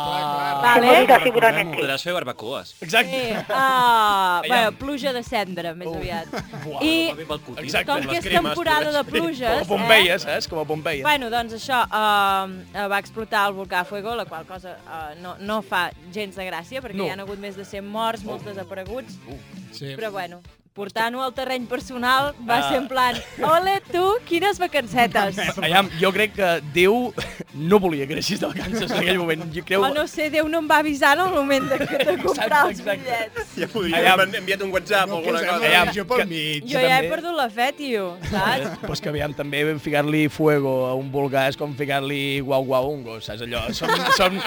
[SPEAKER 3] Vale.
[SPEAKER 4] Podràs fer barbacoes.
[SPEAKER 5] Exacte.
[SPEAKER 3] Sí, ah, bueno, pluja de cendra, més aviat. I
[SPEAKER 5] Exacte.
[SPEAKER 3] com que és temporada de pluges...
[SPEAKER 5] eh?
[SPEAKER 3] eh?
[SPEAKER 5] Com a Pompeia, saps? Com a Pompeia.
[SPEAKER 3] Bueno, doncs això, eh, va explotar el volcà Fuego, la qual cosa eh, no, no fa gens de gràcia, perquè
[SPEAKER 5] No. Oh. Uh.
[SPEAKER 3] hi han hagut més de 100 morts, molts desapareguts,
[SPEAKER 2] Sí.
[SPEAKER 3] però bueno, portant-ho al terreny personal va
[SPEAKER 5] Ah.
[SPEAKER 3] ser en plan, ole tu, quines vacancetes!
[SPEAKER 5] Aviam, jo crec que Déu no volia que deixis de vacances en aquell moment. Jo creu...
[SPEAKER 3] O no sé, Déu no em va avisar en el moment de, de comprar els
[SPEAKER 5] exacte.
[SPEAKER 3] bitllets.
[SPEAKER 4] Ja podria
[SPEAKER 5] Allà-
[SPEAKER 4] haver enviat un WhatsApp o alguna cosa.
[SPEAKER 5] allà-
[SPEAKER 2] religió pel
[SPEAKER 5] que-
[SPEAKER 2] mig.
[SPEAKER 3] Jo ja he
[SPEAKER 5] també.
[SPEAKER 3] perdut la fe, tio, saps?
[SPEAKER 5] Però és que aviam, també ficar-li fuego a un volcà és com ficar-li guau guau a un gos, saps allò? Som, som,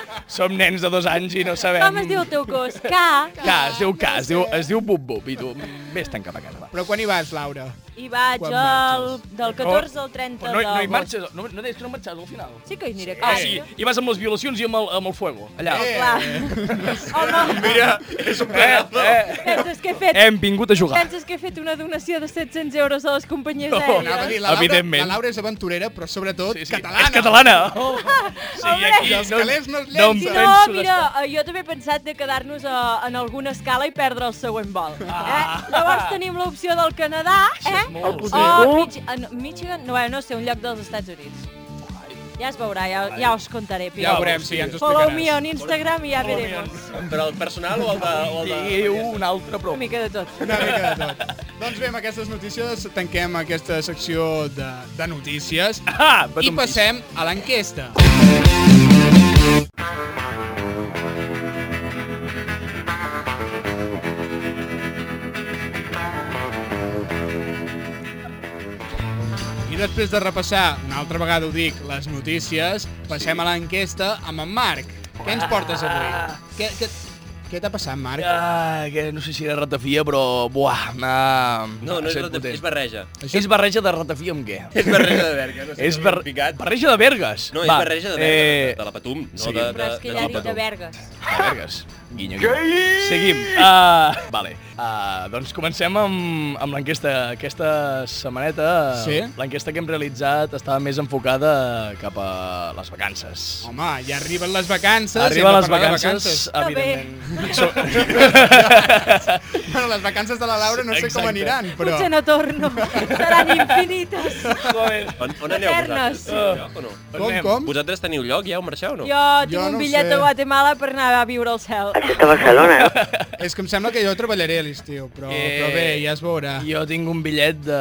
[SPEAKER 5] som nens de dos anys i no sabem...
[SPEAKER 3] Com es diu el teu cos? K.
[SPEAKER 5] Ca, es diu Ca, es diu, es diu Bub Bub, i tu vés tan cap a casa, va.
[SPEAKER 2] Però quan hi vas, Laura?
[SPEAKER 3] I vaig
[SPEAKER 2] Quan
[SPEAKER 3] al,
[SPEAKER 2] marxes?
[SPEAKER 3] del 14 al 30
[SPEAKER 5] Però no, no hi
[SPEAKER 3] d'agost.
[SPEAKER 5] marxes, no, no deies que no marxes al final.
[SPEAKER 3] Sí que hi aniré.
[SPEAKER 5] Ah,
[SPEAKER 3] clar.
[SPEAKER 5] sí, i vas amb les violacions i amb el, amb el fuego, allà.
[SPEAKER 3] Eh, Clar. Home,
[SPEAKER 4] Mira, és un pedazo.
[SPEAKER 5] eh,
[SPEAKER 3] penses que he fet...
[SPEAKER 5] hem vingut a jugar.
[SPEAKER 3] Penses que he fet una donació de 700 euros a les companyies
[SPEAKER 5] No,
[SPEAKER 3] aèries?
[SPEAKER 2] Anava a dir, la Laura,
[SPEAKER 5] Evidentment.
[SPEAKER 2] la Laura és aventurera, però sobretot sí, sí.
[SPEAKER 5] És
[SPEAKER 2] catalana.
[SPEAKER 5] catalana. Oh. Sí,
[SPEAKER 3] Home.
[SPEAKER 5] aquí
[SPEAKER 2] I els
[SPEAKER 5] no,
[SPEAKER 2] calés no es
[SPEAKER 5] no em
[SPEAKER 3] Si
[SPEAKER 2] llencen.
[SPEAKER 3] no,
[SPEAKER 5] penso
[SPEAKER 3] mira,
[SPEAKER 5] gastar.
[SPEAKER 3] eh, jo també he pensat de quedar-nos eh, en alguna escala i perdre el següent vol.
[SPEAKER 2] Ah.
[SPEAKER 3] Eh? Llavors tenim l'opció del Canadà, eh? O Mich eh, no, Michigan, no, bueno, no sé, un lloc dels Estats Units. Ja es veurà, ja, ja us contaré. Pio.
[SPEAKER 2] Ja ho veurem, sí, ja ens ho
[SPEAKER 3] Follow me
[SPEAKER 2] explicaràs.
[SPEAKER 3] on Instagram i ja veremos.
[SPEAKER 4] Però el personal o el de... O el de...
[SPEAKER 5] Diu un altre, però...
[SPEAKER 3] Una mica de tot.
[SPEAKER 2] Una mica de tot. doncs bé, amb aquestes notícies tanquem aquesta secció de, de notícies
[SPEAKER 5] Ah,
[SPEAKER 3] doncs
[SPEAKER 2] i passem a l'enquesta. I després de repassar, una altra vegada ho dic, les notícies, passem a l'enquesta amb en Marc. Què
[SPEAKER 3] Ah.
[SPEAKER 2] ens portes avui? Què, què, què t'ha passat, Marc?
[SPEAKER 5] Ah, que no sé si era ratafia, però... Buah, m'ha...
[SPEAKER 4] No, no
[SPEAKER 5] m'ha
[SPEAKER 4] és,
[SPEAKER 5] set
[SPEAKER 4] el de,
[SPEAKER 5] potent.
[SPEAKER 4] és barreja.
[SPEAKER 5] És barreja de ratafia amb què?
[SPEAKER 4] És barreja de verga. No sé
[SPEAKER 5] És
[SPEAKER 4] què,
[SPEAKER 5] bar...
[SPEAKER 4] picat.
[SPEAKER 5] barreja de vergues.
[SPEAKER 4] No, és
[SPEAKER 5] Va,
[SPEAKER 4] barreja de verga, de,
[SPEAKER 5] eh,
[SPEAKER 4] de la patum, no
[SPEAKER 5] sí.
[SPEAKER 4] de, de,
[SPEAKER 3] Però és que
[SPEAKER 4] de,
[SPEAKER 3] ja ha
[SPEAKER 4] del
[SPEAKER 3] dit de
[SPEAKER 4] patum.
[SPEAKER 3] Bergues.
[SPEAKER 5] de vergues. Guinyo, guinyo. Seguim. Uh, vale. Uh, doncs comencem amb, amb l'enquesta. Aquesta setmaneta,
[SPEAKER 2] Sí?
[SPEAKER 5] l'enquesta que hem realitzat estava més enfocada cap a les vacances.
[SPEAKER 2] Home, ja arriben les vacances. i
[SPEAKER 5] Arriba
[SPEAKER 2] hem de
[SPEAKER 5] les
[SPEAKER 2] parlar de
[SPEAKER 5] vacances,
[SPEAKER 3] vacances.
[SPEAKER 5] evidentment. So,
[SPEAKER 2] Bueno, les vacances de la Laura no sé com
[SPEAKER 5] Exacte.
[SPEAKER 2] aniran, però...
[SPEAKER 3] Potser no torno. Seran infinites.
[SPEAKER 4] On, on aneu vosaltres?
[SPEAKER 3] Eternes.
[SPEAKER 4] Teniu lloc o no?
[SPEAKER 2] Com, com?
[SPEAKER 4] Vosaltres teniu lloc ja o marxeu o no?
[SPEAKER 3] Jo tinc
[SPEAKER 2] Jo
[SPEAKER 3] un
[SPEAKER 2] no
[SPEAKER 3] bitllet
[SPEAKER 2] sé.
[SPEAKER 3] a Guatemala per anar a viure al cel.
[SPEAKER 2] És que em sembla que jo treballaré a l'estiu, però,
[SPEAKER 5] Eh.
[SPEAKER 2] però bé, ja es veurà.
[SPEAKER 5] Jo tinc un bitllet de,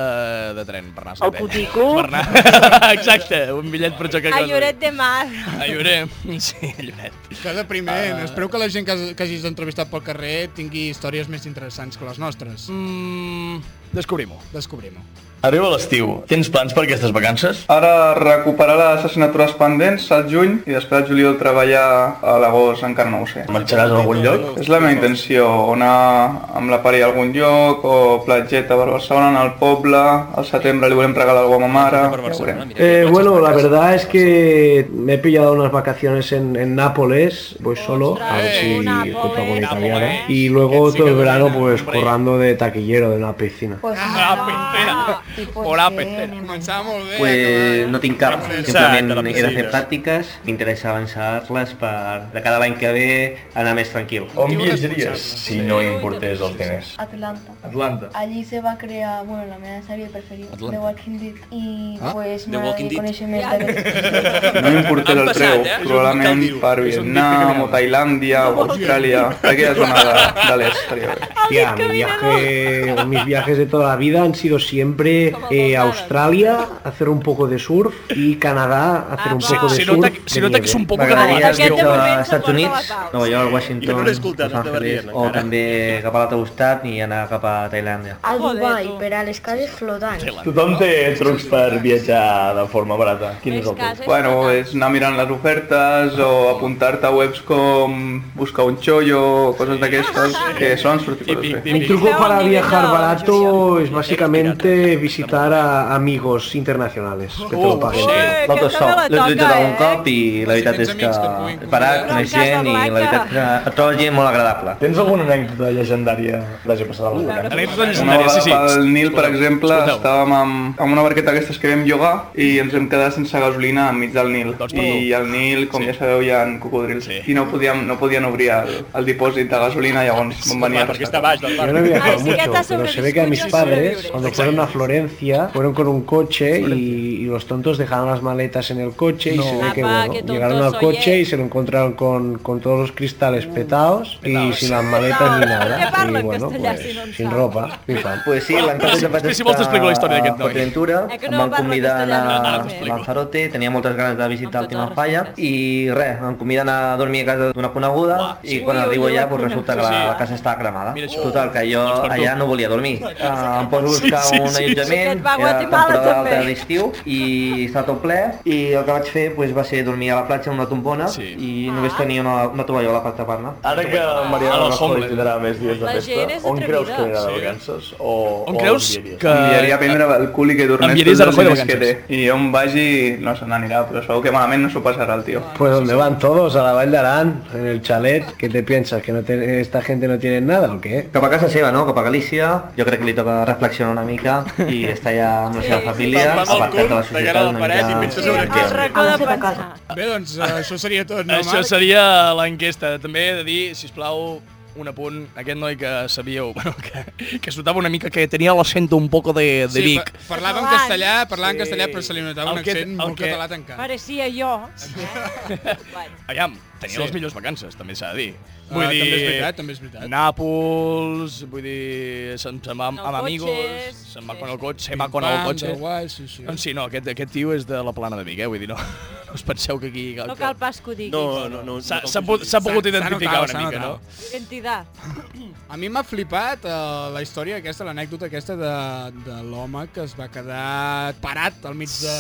[SPEAKER 5] de tren per anar a Sardenya. El putico? Per anar... Exacte, un bitllet per xocar.
[SPEAKER 3] A Lloret de Mar.
[SPEAKER 5] A Lloret, sí, a Lloret.
[SPEAKER 2] Que
[SPEAKER 5] Ah.
[SPEAKER 2] depriment. Espero que la gent que, has- que hagis entrevistat pel carrer tingui històries més interessants que les nostres.
[SPEAKER 5] Mm, Descobrim-ho.
[SPEAKER 2] Descobrim-ho.
[SPEAKER 6] Arriba l'estiu. Tens plans per aquestes vacances?
[SPEAKER 9] Ara recuperar les assignatures pendents al juny i després al juliol treballar a l'agost, encara no ho sé.
[SPEAKER 6] Marxaràs a algun lloc?
[SPEAKER 9] És la meva intenció, anar amb la parella a algun lloc o platgeta per Barcelona, anar al poble, al setembre li volem regalar alguna cosa a ma
[SPEAKER 4] Per
[SPEAKER 9] mare, ja ho
[SPEAKER 4] Barcelona,
[SPEAKER 9] veurem.
[SPEAKER 4] mira.
[SPEAKER 10] Eh, bueno, la verdad es que me he pillado unas vacaciones en, en Nápoles, pues solo, a ver si
[SPEAKER 3] Ostras, Nápoles.
[SPEAKER 10] encuentro algún italiano.
[SPEAKER 3] Nápoles.
[SPEAKER 10] Y luego todo el verano, pues corrando de taquillero de una piscina.
[SPEAKER 5] Ah, Hola, pecera.
[SPEAKER 2] Començava molt bé.
[SPEAKER 8] Pues
[SPEAKER 2] acabar-
[SPEAKER 8] no tinc cap,
[SPEAKER 2] Començar
[SPEAKER 8] simplement
[SPEAKER 4] eh? de la
[SPEAKER 8] he de fer
[SPEAKER 4] piscina.
[SPEAKER 8] pràctiques, m'interessa avançar-les per de cada any que ve anar més tranquil.
[SPEAKER 6] On viatjaries si no importés els diners?
[SPEAKER 11] Atlanta.
[SPEAKER 6] Atlanta.
[SPEAKER 11] Allí se va crear, bueno, la meva sèrie preferida,
[SPEAKER 5] Atlanta.
[SPEAKER 11] The Walking Dead, i
[SPEAKER 2] Ah,
[SPEAKER 11] ah? pues
[SPEAKER 4] The Walking
[SPEAKER 11] m'agradaria
[SPEAKER 4] Dead.
[SPEAKER 11] conèixer més
[SPEAKER 3] Ja.
[SPEAKER 11] d'aquest
[SPEAKER 9] No m'importés
[SPEAKER 4] Han
[SPEAKER 9] el
[SPEAKER 4] passat,
[SPEAKER 9] preu,
[SPEAKER 4] eh?
[SPEAKER 9] probablement per Vietnam o Tailàndia o Austràlia, aquella zona de, de l'est estaria bé.
[SPEAKER 10] Hostia, mi viaje, mis viajes de toda la vida han sido siempre eh, Australia, hacer un poco de surf, y Canadá,
[SPEAKER 12] Ah,
[SPEAKER 10] hacer un
[SPEAKER 5] Sí,
[SPEAKER 10] poco de
[SPEAKER 5] se
[SPEAKER 10] surf.
[SPEAKER 5] nota que- se
[SPEAKER 10] de
[SPEAKER 5] nota que
[SPEAKER 10] nieve.
[SPEAKER 5] és un poc
[SPEAKER 12] M'agradaria
[SPEAKER 4] eh?
[SPEAKER 5] Aquest
[SPEAKER 12] viure
[SPEAKER 5] de moment
[SPEAKER 12] a Estats
[SPEAKER 5] suporta
[SPEAKER 12] Units,
[SPEAKER 5] la pau.
[SPEAKER 12] Nova York,
[SPEAKER 4] Jo
[SPEAKER 12] Washington,
[SPEAKER 4] no l'he escoltat,
[SPEAKER 12] Los
[SPEAKER 4] no te
[SPEAKER 12] Angeles,
[SPEAKER 4] barrien,
[SPEAKER 12] o
[SPEAKER 4] encara.
[SPEAKER 12] també cap a l'altre costat i anar cap a Tailàndia.
[SPEAKER 11] Ah, A Dubai, per a les cases flotants.
[SPEAKER 13] Tothom té trucs per viatjar de forma barata. Quin és el teu?
[SPEAKER 9] Bueno, és anar mirant les ofertes o apuntar-te a webs com buscar un xollo o coses d'aquestes que solen sortir coses bé.
[SPEAKER 10] Mi truco para viajar barato es básicamente visitar a amigos internacionales que te
[SPEAKER 4] Oh,
[SPEAKER 10] lo paguen.
[SPEAKER 12] Oh, Sí, L'auto sol, l'he utilitzat algun
[SPEAKER 4] eh?
[SPEAKER 12] cop i la veritat és que he parat, coneix gent i la veritat que et troba gent molt agradable.
[SPEAKER 13] Tens alguna anècdota legendària d'hagi passat alguna?
[SPEAKER 5] Anècdota
[SPEAKER 9] Una vegada pel Nil, per exemple, estàvem amb, amb una barqueta d'aquestes que vam llogar i ens vam quedar sense gasolina enmig del Nil. I al Nil, com ja sabeu, hi ha cocodrils i no podíem, no podien obrir el, el dipòsit de gasolina, llavors vam venir a rescatar.
[SPEAKER 10] Yo no he viajado mucho, pero se ve que a mis padres, cuando fueron a Florencia, fueron con un coche y, y los tontos dejaron las maletas en el coche y
[SPEAKER 14] No.
[SPEAKER 10] se ve que,
[SPEAKER 14] Papá,
[SPEAKER 10] bueno,
[SPEAKER 14] qué tontos
[SPEAKER 10] llegaron al
[SPEAKER 14] soy,
[SPEAKER 10] coche y se lo encontraron con, con todos los cristales petados y sin las maletas ni nada. Y bueno, pues, sin ropa. pim, pam.
[SPEAKER 12] Pues sí, l'encaixo em vaig
[SPEAKER 10] Després, si vols, t'explico la història d'aquest noi.
[SPEAKER 12] Fuerteventura,
[SPEAKER 10] Eh, que
[SPEAKER 12] em
[SPEAKER 10] no
[SPEAKER 12] van
[SPEAKER 10] parla
[SPEAKER 12] convidar a anar
[SPEAKER 10] castellà,
[SPEAKER 12] a
[SPEAKER 10] no sé.
[SPEAKER 12] Lanzarote, tenia moltes ganes de visitar Altimafalla, i res, em conviden a dormir a casa d'una coneguda, i quan
[SPEAKER 8] Ui, ui,
[SPEAKER 12] arribo
[SPEAKER 8] ui,
[SPEAKER 12] allà
[SPEAKER 8] la
[SPEAKER 12] doncs, resulta que la,
[SPEAKER 8] coneguda.
[SPEAKER 12] la casa estava cremada. Total, que jo allà no volia dormir. Eh, em poso a
[SPEAKER 8] Sí,
[SPEAKER 12] buscar
[SPEAKER 8] sí,
[SPEAKER 12] un
[SPEAKER 8] sí.
[SPEAKER 12] allotjament,
[SPEAKER 8] Aquest va a
[SPEAKER 12] era
[SPEAKER 8] Guatemala,
[SPEAKER 12] temporada
[SPEAKER 8] també.
[SPEAKER 12] alta d'estiu, i estava tot ple, i el que vaig fer doncs, va ser dormir a la platja en una tombona, i només tenia una, una tovallola per tapar-me.
[SPEAKER 13] Ara que Mariano Rajoy tindrà més dies de
[SPEAKER 12] La gent
[SPEAKER 13] festa,
[SPEAKER 12] és
[SPEAKER 13] on creus que anirà de
[SPEAKER 12] atrevida.
[SPEAKER 13] vacances? O,
[SPEAKER 12] On
[SPEAKER 13] o
[SPEAKER 12] creus
[SPEAKER 13] enviaries?
[SPEAKER 12] que-
[SPEAKER 9] Enviaria
[SPEAKER 2] Ah,
[SPEAKER 9] a prendre el cul i que tornés
[SPEAKER 5] Eh, Enviaries
[SPEAKER 9] tots
[SPEAKER 5] a
[SPEAKER 9] els
[SPEAKER 5] Rajoy de
[SPEAKER 9] diners que té. I on vagi no se n'anirà, però segur que malament no s'ho passarà el tio.
[SPEAKER 10] Pues donde van todos, a la Vall de Arán, en el chalet, ¿qué te piensas? ¿Que no te- esta gente no tiene nada o qué?
[SPEAKER 12] Cap a casa seva, no? Cap a Galícia. Jo crec que li toca reflexionar una mica i estar ja amb la seva família,
[SPEAKER 2] Palma el
[SPEAKER 12] apartat de
[SPEAKER 2] cul, de
[SPEAKER 12] la
[SPEAKER 2] cara a
[SPEAKER 12] societat
[SPEAKER 2] la
[SPEAKER 12] una
[SPEAKER 2] paret i
[SPEAKER 12] mica...
[SPEAKER 2] pensa sobre
[SPEAKER 12] què
[SPEAKER 2] què.
[SPEAKER 3] Recorda pensar.
[SPEAKER 2] Bé, doncs eh, això seria tot, no,
[SPEAKER 5] Això
[SPEAKER 2] Marc?
[SPEAKER 5] seria l'enquesta. També he de dir, si plau un apunt, aquest noi que sabíeu, bueno, que, que sotava una mica, que tenia l'acento un poco de,
[SPEAKER 2] Sí,
[SPEAKER 5] de Vic.
[SPEAKER 2] pa- parlava en castellà, parlava en castellà, però se li notava un accent molt català tancat.
[SPEAKER 3] Pareixia jo.
[SPEAKER 5] Aviam, tenia
[SPEAKER 2] Sí.
[SPEAKER 5] sí. les millors vacances, també s'ha de dir.
[SPEAKER 2] Ah, també és veritat, també és veritat.
[SPEAKER 5] Nàpols, vull dir, se'n se va amb, amb amigos,
[SPEAKER 2] cotxes,
[SPEAKER 5] se'n va
[SPEAKER 2] sí.
[SPEAKER 5] con el cotxe, se'n va con el
[SPEAKER 2] Pam,
[SPEAKER 5] cotxe.
[SPEAKER 2] de guai, sí, sí.
[SPEAKER 5] Doncs sí, no, aquest, aquest tio és de la plana de Vic, eh? Vull dir, no, no us penseu que aquí...
[SPEAKER 3] No cal pas que ho diguis.
[SPEAKER 5] no, S'ha s'ha pu- s'ha pogut
[SPEAKER 2] S'ha- s'ha
[SPEAKER 5] identificar
[SPEAKER 2] notat,
[SPEAKER 5] una
[SPEAKER 2] s'ha
[SPEAKER 5] mica, no?
[SPEAKER 2] notat.
[SPEAKER 3] Identitat.
[SPEAKER 2] A mi m'ha flipat eh, la història aquesta, l'anècdota aquesta de, de l'home que es va quedar parat al mig de,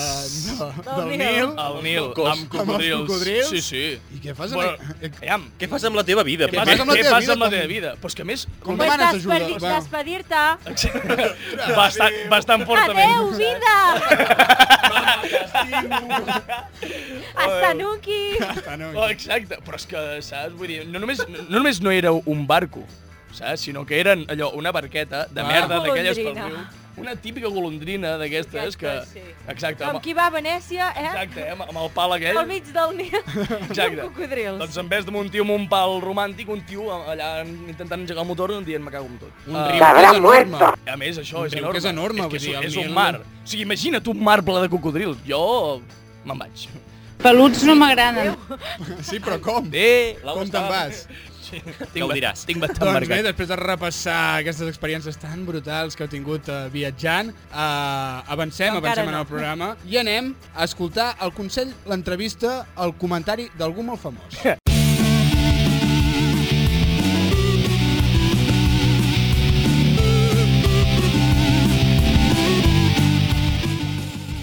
[SPEAKER 2] de, del Nil.
[SPEAKER 5] El Nil,
[SPEAKER 2] Cos-
[SPEAKER 5] amb cocodrils.
[SPEAKER 2] Amb cocodrils.
[SPEAKER 5] Sí, sí.
[SPEAKER 2] I què fas?
[SPEAKER 5] Bueno,
[SPEAKER 2] Bueno,
[SPEAKER 5] aviam.
[SPEAKER 4] Què fas amb la teva vida?
[SPEAKER 5] Què fas amb la teva, amb la teva vida? Però és que a més...
[SPEAKER 3] Com pues despedir- despedir-te.
[SPEAKER 5] Bastant, bastant fortament.
[SPEAKER 3] Adeu, vida! Hasta nuki!
[SPEAKER 5] Oh, exacte, però és que, saps? Vull dir, no només no, només no era un barco, saps? Sinó que eren allò, una barqueta de
[SPEAKER 2] Ah.
[SPEAKER 5] merda d'aquelles pel riu.
[SPEAKER 3] Golondrina.
[SPEAKER 5] Una típica golondrina d'aquestes que... Exacte,
[SPEAKER 3] Com
[SPEAKER 5] amb,
[SPEAKER 3] qui va a Venècia, eh?
[SPEAKER 5] exacte, eh, amb el pal aquell.
[SPEAKER 3] Al mig del Nil.
[SPEAKER 5] Exacte.
[SPEAKER 3] Amb cocodrils.
[SPEAKER 5] Doncs en vez d'un tio amb un pal romàntic, un tio allà intentant engegar el motor dient me cago en tot. Ah,
[SPEAKER 2] Un riu que és enorme.
[SPEAKER 5] A més, això
[SPEAKER 2] Ah. Un
[SPEAKER 5] és
[SPEAKER 2] riu
[SPEAKER 5] enorme.
[SPEAKER 2] que és enorme,
[SPEAKER 5] és, que
[SPEAKER 2] vull dir, el
[SPEAKER 5] és, és
[SPEAKER 2] Nil-
[SPEAKER 5] un mar. O sigui, imagina't un mar ple de cocodrils. Jo me'n vaig.
[SPEAKER 15] Peluts no m'agraden.
[SPEAKER 2] Sí, però com?
[SPEAKER 5] Bé,
[SPEAKER 2] com te'n vas?
[SPEAKER 5] Tinc,
[SPEAKER 4] ho diràs.
[SPEAKER 5] Tinc bastant
[SPEAKER 2] Doncs bé,
[SPEAKER 5] marcat.
[SPEAKER 2] després de repassar aquestes experiències tan brutals que heu tingut eh, viatjant, eh, avancem,
[SPEAKER 5] No, encara
[SPEAKER 2] avancem en
[SPEAKER 5] no.
[SPEAKER 2] el programa i anem a escoltar el consell, l'entrevista, el comentari d'algú molt famós.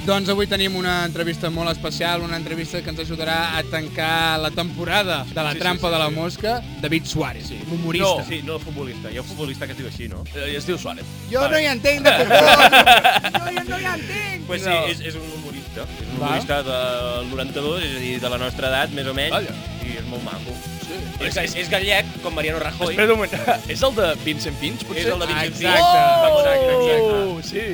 [SPEAKER 2] Doncs avui tenim una entrevista molt especial, una entrevista que ens ajudarà a tancar la temporada de la
[SPEAKER 4] Sí, sí,
[SPEAKER 2] trampa
[SPEAKER 4] sí,
[SPEAKER 2] de la
[SPEAKER 4] sí.
[SPEAKER 2] mosca, David Suárez, sí. humorista.
[SPEAKER 4] No, sí, no futbolista. Hi ha un futbolista que es diu així, no?
[SPEAKER 5] I es diu Suárez.
[SPEAKER 2] Jo no hi entenc de futbol. Jo, jo no hi entenc.
[SPEAKER 4] Pues sí,
[SPEAKER 2] No.
[SPEAKER 4] és, és un humorista. És un
[SPEAKER 2] Va.
[SPEAKER 4] humorista del 92, és a dir, de la nostra edat, més o menys. Valla. I és molt maco. Sí. És, és, és gallec, com Mariano Rajoy.
[SPEAKER 5] Espera un moment. És el de Vincent Finch, potser?
[SPEAKER 4] És el de Vincent Finch.
[SPEAKER 5] Oh!
[SPEAKER 4] Exacte,
[SPEAKER 5] Sí.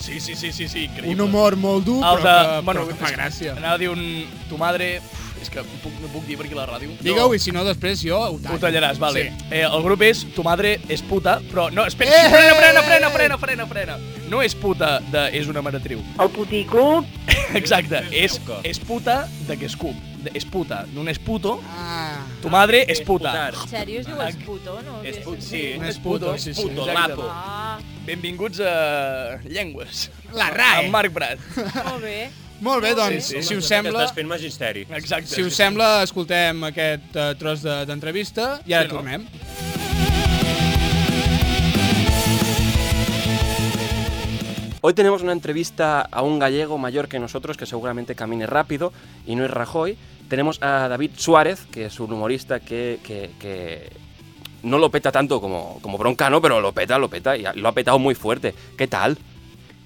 [SPEAKER 5] Sí, sí, sí, sí, sí, increïble.
[SPEAKER 2] Un humor molt dur,
[SPEAKER 5] El
[SPEAKER 2] però,
[SPEAKER 5] de...
[SPEAKER 2] que, bueno, però que fa gràcia.
[SPEAKER 5] Anava a dir un... Tu madre... Uf, És que puc, no puc dir per aquí la ràdio.
[SPEAKER 2] Digue-ho i si no, després jo ho
[SPEAKER 5] Ho
[SPEAKER 2] tallo.
[SPEAKER 5] tallaràs, vale.
[SPEAKER 2] Sí.
[SPEAKER 5] Sí. Eh, el grup és Tu madre és puta, però... No, espera, eh! frena, frena, frena, frena, frena, frena. No és puta de és una meretriu.
[SPEAKER 15] El putico.
[SPEAKER 5] Exacte, és, és puta de que és cub. De- És puta, no és puto.
[SPEAKER 2] Ah.
[SPEAKER 5] Tu madre és puta.
[SPEAKER 3] En sèrio es diu esputo, no?
[SPEAKER 4] És put, sí.
[SPEAKER 5] És puto, sí, sí.
[SPEAKER 4] Puto,
[SPEAKER 5] exacte.
[SPEAKER 4] lapo.
[SPEAKER 5] Benvinguts a Llengües.
[SPEAKER 2] La RAE.
[SPEAKER 5] Amb Marc Prat.
[SPEAKER 3] Molt bé.
[SPEAKER 2] Molt bé, doncs,
[SPEAKER 5] Sí, sí.
[SPEAKER 2] si us
[SPEAKER 5] Que
[SPEAKER 2] sembla...
[SPEAKER 5] estàs fent
[SPEAKER 4] magisteri.
[SPEAKER 5] Exacte.
[SPEAKER 2] Si us sembla, escoltem aquest eh, tros de- d'entrevista i ara
[SPEAKER 5] Sí, no?
[SPEAKER 2] tornem.
[SPEAKER 14] Hoy tenemos una entrevista a un gallego mayor que nosotros, que seguramente camine rápido, y no es Rajoy. Tenemos a David Suárez, que es un humorista que, que- que no lo peta tanto como, como Bronca, ¿no? Pero lo peta, lo peta, y lo ha petado muy fuerte. ¿Qué tal?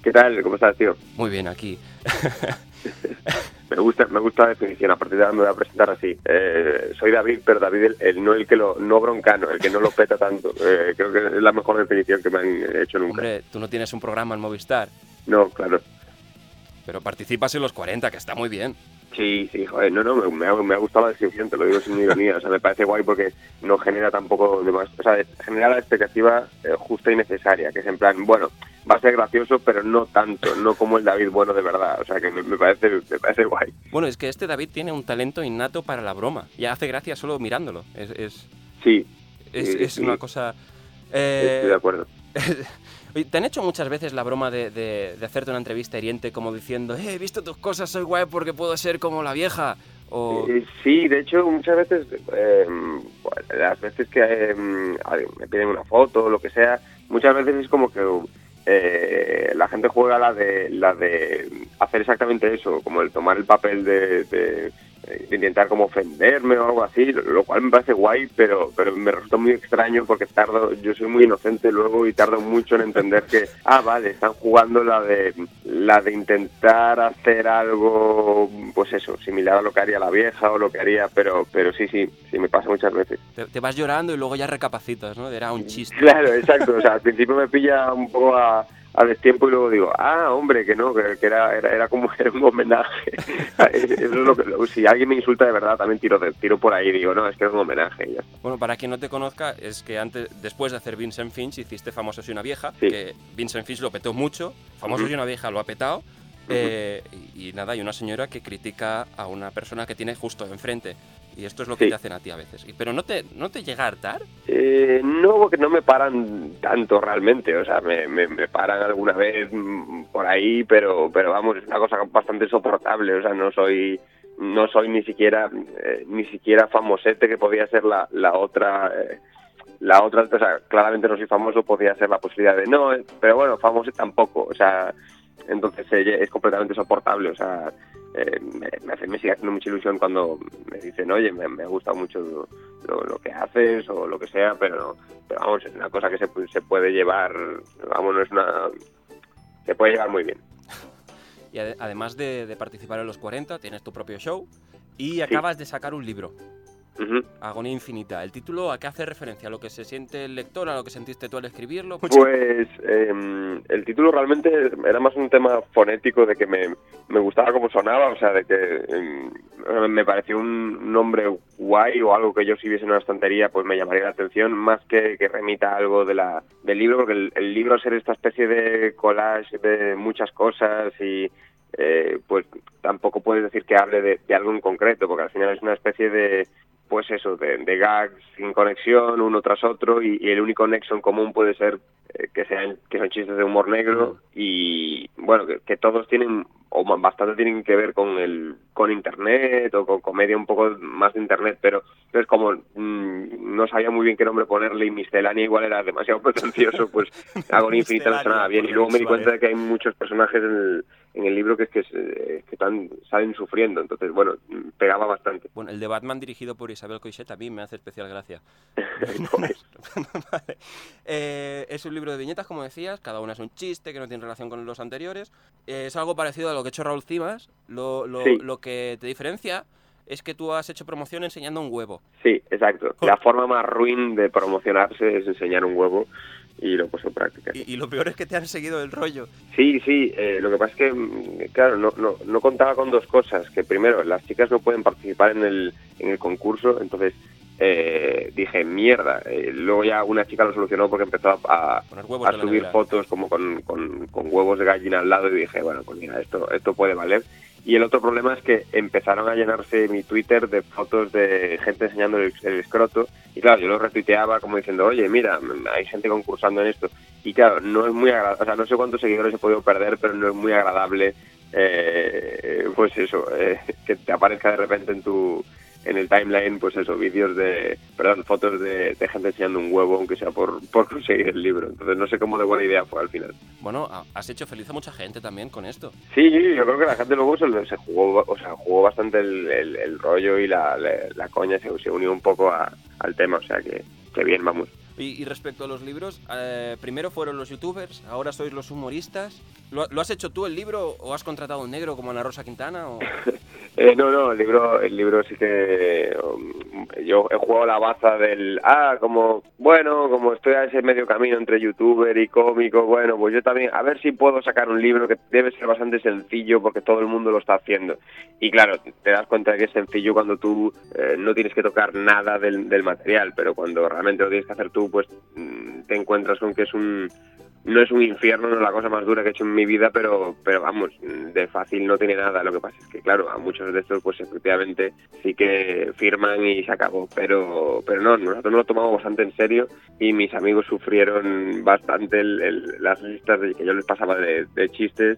[SPEAKER 16] ¿Qué tal? ¿Cómo estás, tío?
[SPEAKER 14] Muy bien, aquí.
[SPEAKER 16] Me gusta, me gusta la definición. A partir de ahora me voy a presentar así. Eh, soy David, pero David el, el no el que lo no broncano, el que no lo peta tanto. Eh, creo que es la mejor definición que me han hecho nunca.
[SPEAKER 14] Hombre, tú no tienes un programa en Movistar,
[SPEAKER 16] No, claro.
[SPEAKER 14] pero participas en los 40, que está muy bien.
[SPEAKER 16] Sí, sí, joder, no, no, me, me ha, me ha gustado la descripción, te lo digo sin ironía, o sea, me parece guay porque no genera tampoco demás, o sea, genera la expectativa eh, justa y necesaria, que es en plan, bueno, va a ser gracioso, pero no tanto, no como el David bueno de verdad, o sea, que me, me parece, me parece guay.
[SPEAKER 14] Bueno, es que este David tiene un talento innato para la broma. Ya hace gracia solo mirándolo. Es, es,
[SPEAKER 16] Sí.
[SPEAKER 14] es,
[SPEAKER 16] Sí,
[SPEAKER 14] es
[SPEAKER 16] sí.
[SPEAKER 14] una cosa... eh,
[SPEAKER 16] Estoy de acuerdo.
[SPEAKER 14] Oye, ¿Te han hecho muchas veces la broma de, de- de hacerte una entrevista hiriente como diciendo, "Eh, he visto tus cosas, soy guay porque puedo ser como la vieja? O...
[SPEAKER 16] Eh, Sí, de hecho, muchas veces, eh, bueno, las veces que eh, me piden una foto o lo que sea, muchas veces es como que eh, la gente juega la de, la de hacer exactamente eso, como el tomar el papel de, de, eh, de intentar como ofenderme o algo así, lo cual me parece guay, pero, pero me resulta muy extraño porque tardo, yo soy muy inocente luego y tardo mucho en entender que, ah, vale, están jugando la de, la de intentar hacer algo, pues eso, similar a lo que haría la vieja o lo que haría, pero, pero sí, sí, sí me pasa muchas veces.
[SPEAKER 14] Te, te vas llorando y luego ya recapacitas, ¿no? Era un chiste.
[SPEAKER 16] Claro, exacto. O sea, al principio me pilla un poco a, a destiempo y luego digo, ah, hombre, que no, que, que era, era, era como era un homenaje. Eso es lo que- lo- si alguien me insulta de verdad, también tiro, de- tiro por ahí y digo, no, es que era un homenaje. y ya está.
[SPEAKER 14] Bueno, para quien no te conozca, es que antes, después de hacer Vincent Finch, hiciste Famoso y una vieja,
[SPEAKER 16] Sí.
[SPEAKER 14] que Vincent Finch lo petó mucho, Famoso
[SPEAKER 16] Ujú.
[SPEAKER 14] y una vieja lo ha petado, eh, y, y nada, hay una señora que critica a una persona que tiene justo enfrente, y esto es lo que
[SPEAKER 16] Sí.
[SPEAKER 14] te hacen a ti a veces. Y- Pero no te, no te llega a hartar,
[SPEAKER 16] Eh, no, porque no me paran tanto realmente. O sea, me, me, me paran alguna vez mm, por ahí, pero, pero vamos, es una cosa bastante soportable. O sea, no soy no soy ni siquiera eh, ni siquiera famosete que podía ser la, la otra eh, la otra o sea claramente no soy famoso podía ser la posibilidad de no eh, pero bueno famoso tampoco o sea entonces eh, es completamente soportable o sea eh, me, me hace- me sigue haciendo mucha ilusión cuando me dicen oye me, me ha gustado mucho lo, lo- lo que haces o lo que sea pero no- pero vamos es una cosa que se, pu- se puede llevar vamos no es una se puede llevar muy bien
[SPEAKER 14] y ade- además de, de participar en los 40, tienes tu propio show, y acabas de sacar un libro.
[SPEAKER 16] Ujú.
[SPEAKER 14] Agonía infinita. ¿El título a qué hace referencia? ¿A lo que se siente el lector? ¿A lo que sentiste tú al escribirlo?
[SPEAKER 16] Pues eh, el título realmente era más un tema fonético de que me, me gustaba cómo sonaba, o sea, de que eh, me pareció un nombre guay o algo que yo si viese en una estantería pues me llamaría la atención, más que que remita a algo de la, del libro, porque el, el libro ser esta especie de collage de muchas cosas y eh, pues tampoco puedes decir que hable de, de algo en concreto, porque al final es una especie de, pues eso, de, de gags sin conexión uno tras otro y, y el único nexo en común puede ser eh, que sean que son chistes de humor negro y bueno que, que todos tienen o ma- bastante tienen que ver con el con internet o con comedia un poco más de internet pero entonces como mm, no sabía muy bien qué nombre ponerle y miscelánea igual era demasiado pretencioso pues agonía infinita no sonaba bien y
[SPEAKER 14] pues,
[SPEAKER 16] luego me di cuenta de que hay muchos personajes en el, en el libro que es que, se- que están salen sufriendo entonces bueno pegaba bastante
[SPEAKER 14] Bueno, el de Batman dirigido por Isabel Coixet a mí me hace especial gracia. Vale. Eh, es un libro de viñetas, como decías, cada una es un chiste que no tiene relación con los anteriores. Eh, es algo parecido a lo que ha hecho Raúl Cimas. Lo, lo-
[SPEAKER 16] Sí.
[SPEAKER 14] lo que te diferencia es que tú has hecho promoción enseñando un huevo.
[SPEAKER 16] Sí, exacto. La forma más ruin de promocionarse es enseñar un huevo y lo puso en práctica.
[SPEAKER 14] Y, y lo peor es que te han seguido el rollo.
[SPEAKER 16] Sí, sí, eh, lo que pasa es que, mm, claro, no, no, no contaba con dos cosas. Que primero, las chicas no pueden participar en el, en el concurso, entonces eh, dije, mierda. Eh, luego ya una chica lo solucionó porque empezó a- a,
[SPEAKER 14] huevos
[SPEAKER 16] a
[SPEAKER 14] de la
[SPEAKER 16] subir
[SPEAKER 14] nevera.
[SPEAKER 16] fotos como con, con- con huevos de gallina al lado y dije, bueno, pues mira, esto, esto puede valer. Y el otro problema es que empezaron a llenarse mi Twitter de fotos de gente enseñando el, el escroto. Y claro, yo lo retuiteaba como diciendo, oye, mira, hay gente concursando en esto. Y claro, no es muy agradable, o sea, no sé cuántos seguidores he podido perder, pero no es muy agradable, eh, pues eso, eh, que te aparezca de repente en tu en el timeline, pues eso, vídeos de, perdón, fotos de, de gente enseñando un huevo, aunque sea por, por conseguir el libro. Entonces no sé cómo de buena idea fue al final.
[SPEAKER 14] Bueno, ha- has hecho feliz a mucha gente también con esto.
[SPEAKER 16] Sí, yo creo que la gente luego se, lo- se jugó, o sea, jugó bastante el, el- el rollo y la, la, la coña, se, se unió un poco a- al tema, o sea que, que bien, vamos.
[SPEAKER 14] Y, y respecto a los libros, eh, primero fueron los youtubers, ahora sois los humoristas. ¿Lo, lo has hecho tú el libro o has contratado a un negro como Ana Rosa Quintana? o-
[SPEAKER 16] Eh, no, no, el libro, el libro sí que um, yo he jugado la baza del ah, como bueno, como estoy a ese medio camino entre youtuber y cómico, bueno, pues yo también a ver si puedo sacar un libro que debe ser bastante sencillo porque todo el mundo lo está haciendo. Y claro, te das cuenta que es sencillo cuando tú eh, no tienes que tocar nada del, del material, pero cuando realmente lo tienes que hacer tú, pues mm, te encuentras con que es un no es un infierno, no es la cosa más dura que he hecho en mi vida, pero, pero vamos, de fácil no tiene nada. Lo que pasa es que, claro, a muchos de estos, pues efectivamente sí que firman y se acabó. Pero, pero no, nosotros nos lo tomamos bastante en serio y mis amigos sufrieron bastante el- el- las listas de- que yo les pasaba de- de chistes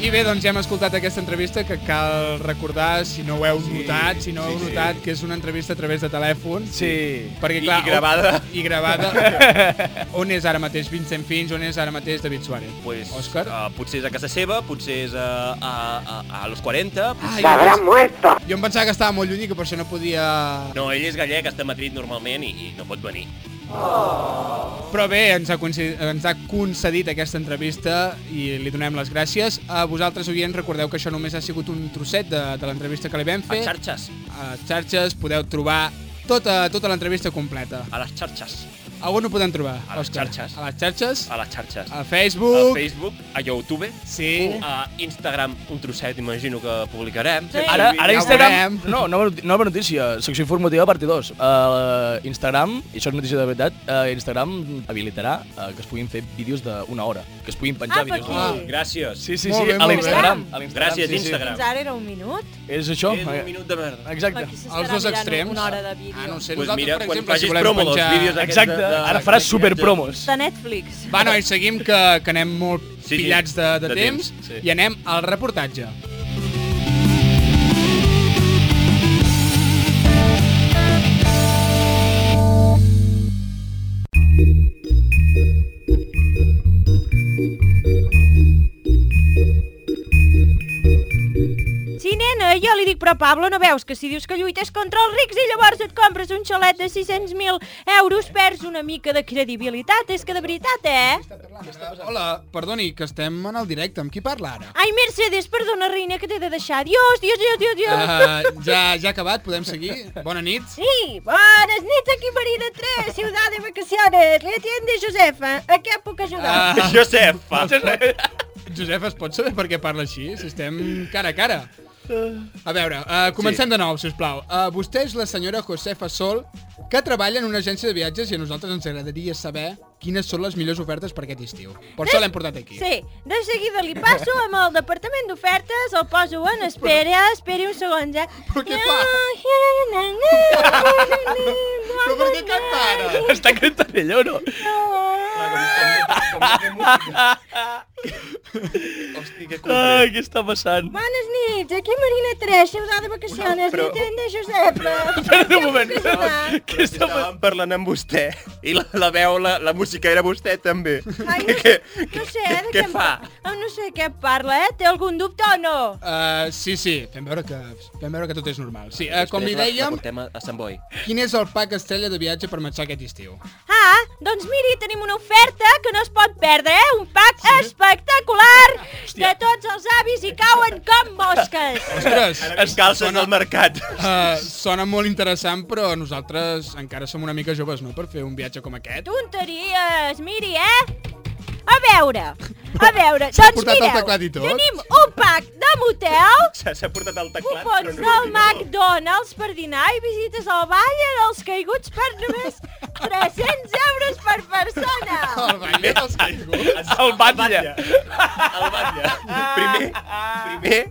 [SPEAKER 2] I bé, doncs ja hem escoltat aquesta entrevista que cal recordar, si no ho heu notat, si no heu notat, que és una entrevista a través de telèfon. Sí. Perquè,
[SPEAKER 6] I-
[SPEAKER 2] clar,
[SPEAKER 6] i gravada.
[SPEAKER 2] I gravada. on és ara mateix Vincent Fins, on és ara mateix David Suárez?
[SPEAKER 6] Pues,
[SPEAKER 2] Òscar?
[SPEAKER 4] eh,
[SPEAKER 6] Uh, potser és a casa seva, potser és a, a, a, a los 40.
[SPEAKER 2] Ai,
[SPEAKER 6] Potser...
[SPEAKER 2] jo pens-
[SPEAKER 6] muerto!
[SPEAKER 2] Jo em pensava que estava molt lluny i que per això no podia...
[SPEAKER 4] No, ell és gallec, està a Madrid normalment i, i no pot venir.
[SPEAKER 2] Però bé, ens ha, coinci- ens ha concedit aquesta entrevista i li donem les gràcies. A vosaltres, oients, recordeu que això només ha sigut un trosset de, de l'entrevista que li vam fer.
[SPEAKER 4] A xarxes.
[SPEAKER 2] A les xarxes podeu trobar tota, tota l'entrevista completa.
[SPEAKER 4] A les xarxes.
[SPEAKER 2] A on ho podem trobar,
[SPEAKER 4] A les
[SPEAKER 2] Òscar?
[SPEAKER 4] xarxes.
[SPEAKER 2] A les xarxes?
[SPEAKER 4] A les xarxes.
[SPEAKER 2] A
[SPEAKER 4] A
[SPEAKER 2] Facebook.
[SPEAKER 4] Facebook, a YouTube. Uh,
[SPEAKER 2] Sí.
[SPEAKER 4] A Instagram, un trosset, imagino que publicarem.
[SPEAKER 5] Ara, ara Instagram... No, nova, noti- nova notícia, secció informativa part 2. Uh, Instagram, i això és notícia de veritat, uh, Instagram habilitarà uh, que es puguin fer vídeos d'una hora, que es puguin penjar
[SPEAKER 3] Ah,
[SPEAKER 5] vídeos
[SPEAKER 3] per
[SPEAKER 5] d'una
[SPEAKER 3] aquí.
[SPEAKER 5] hora.
[SPEAKER 3] Ah,
[SPEAKER 4] gràcies.
[SPEAKER 5] Sí, sí,
[SPEAKER 3] Molt
[SPEAKER 5] sí,
[SPEAKER 3] bé,
[SPEAKER 5] a
[SPEAKER 3] molt bé.
[SPEAKER 5] l'Instagram. a l'Instagram,
[SPEAKER 4] Gràcies,
[SPEAKER 5] sí, sí.
[SPEAKER 3] Fins ara era un minut.
[SPEAKER 5] És això.
[SPEAKER 4] És un minut de merda.
[SPEAKER 5] Exacte.
[SPEAKER 3] Aquí s'estarà mirant Una hora de vídeo.
[SPEAKER 2] Ah, no ho sé,
[SPEAKER 4] Pues
[SPEAKER 2] nosaltres,
[SPEAKER 4] mira,
[SPEAKER 2] per
[SPEAKER 4] quan
[SPEAKER 2] exemple, si
[SPEAKER 4] facis
[SPEAKER 2] volem
[SPEAKER 4] promo dels
[SPEAKER 2] penjar...
[SPEAKER 4] vídeos aquests Exacte, de- de- ara
[SPEAKER 5] faràs superpromos.
[SPEAKER 3] De Netflix.
[SPEAKER 2] Va, nois, seguim que, que anem molt
[SPEAKER 4] Sí, sí,
[SPEAKER 2] pillats de, de,
[SPEAKER 4] de
[SPEAKER 2] temps,
[SPEAKER 4] temps, sí.
[SPEAKER 2] i anem al reportatge.
[SPEAKER 3] Sí, nena, jo li dic, però Pablo, no veus que si dius que lluites contra els rics i llavors et compres un xalet de 600.000 euros, perds una mica de credibilitat, és que de veritat, eh?
[SPEAKER 2] Hola, perdoni, que estem en el directe. Amb qui parla ara?
[SPEAKER 3] Ai, Mercedes, perdona, reina, que t'he de deixar. Dios, dios, dios, dios, dios.
[SPEAKER 2] Uh, ja, ja ha acabat, podem seguir? Bona nit.
[SPEAKER 17] Sí, buenas noches aquí Marina 3, ciudad de vacaciones. Le atiende Josefa. ¿A qué puc ajudar?
[SPEAKER 2] Ah, eh?
[SPEAKER 4] Josefa.
[SPEAKER 2] Josep, es pot saber per què parla així? Si estem cara a cara. A veure, uh, comencem sí. de nou, si us plau. Uh, vostè és la senyora Josefa Sol, que treballa en una agència de viatges i a nosaltres ens agradaria saber quines són les millors ofertes per aquest estiu. Per això l'hem portat aquí.
[SPEAKER 3] Sí, de seguida li passo amb el departament d'ofertes, el poso en espera, esperi un segon, ja. Però què fa? Però per què canta ara?
[SPEAKER 5] Està cantant ell o no? Ai, què està passant?
[SPEAKER 17] Buenas nits, aquí Marina 3, ciudad de vacaciones. Le atiende Josefa.
[SPEAKER 5] Espera un moment.
[SPEAKER 4] Què estàvem parlant amb vostè i la, la veu, la, la música era vostè també.
[SPEAKER 3] Ai,
[SPEAKER 4] Què- què-
[SPEAKER 3] No sé, eh, de
[SPEAKER 4] Què
[SPEAKER 3] què em-
[SPEAKER 4] fa?
[SPEAKER 3] Ah, No sé què parla, eh? Té algun dubte o no?
[SPEAKER 2] Uh, sí, sí, fem veure que, fem veure que tot és normal. Sí, uh,
[SPEAKER 4] Després
[SPEAKER 2] com li
[SPEAKER 4] la- la
[SPEAKER 2] dèiem,
[SPEAKER 4] portem a, a Sant Boi.
[SPEAKER 2] quin és el pack estrella de viatge per marxar aquest estiu?
[SPEAKER 3] Ah, doncs miri, tenim una oferta que no es pot perdre, eh? Un pack espectacular de tots els avis i cauen com mosques.
[SPEAKER 2] Ostres!
[SPEAKER 4] Es calcen al mercat.
[SPEAKER 2] Uh, sona molt interessant, però nosaltres encara som una mica joves, no?, per fer un viatge com aquest.
[SPEAKER 3] Tonteries, miri, eh? A veure, a veure, doncs
[SPEAKER 2] portat el
[SPEAKER 3] mireu,
[SPEAKER 2] teclat i tot?
[SPEAKER 3] tenim un pack de motel,
[SPEAKER 4] S'ha s'ha portat el teclat, però
[SPEAKER 3] cupons
[SPEAKER 4] no
[SPEAKER 3] del McDonald's per dinar i visites al Vall dels Caiguts per només 300
[SPEAKER 5] El batlle.
[SPEAKER 4] El batlle. Primer, primer,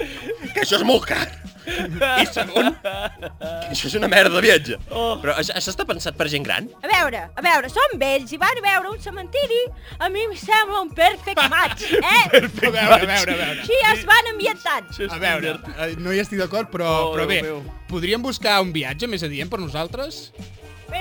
[SPEAKER 4] que això és molt car. I segon, que això és una merda de viatge.
[SPEAKER 3] Oh.
[SPEAKER 4] Però això, això està pensat per gent gran?
[SPEAKER 3] A veure, a veure, són vells i van a veure un cementiri. A mi em sembla un perfect match, eh?
[SPEAKER 2] A veure, a veure, a veure.
[SPEAKER 3] Així es van ambientant.
[SPEAKER 2] A veure, eh, no hi estic d'acord, però,
[SPEAKER 3] Oh,
[SPEAKER 2] però bé,
[SPEAKER 3] Déu meu.
[SPEAKER 2] podríem buscar un viatge més adient per nosaltres?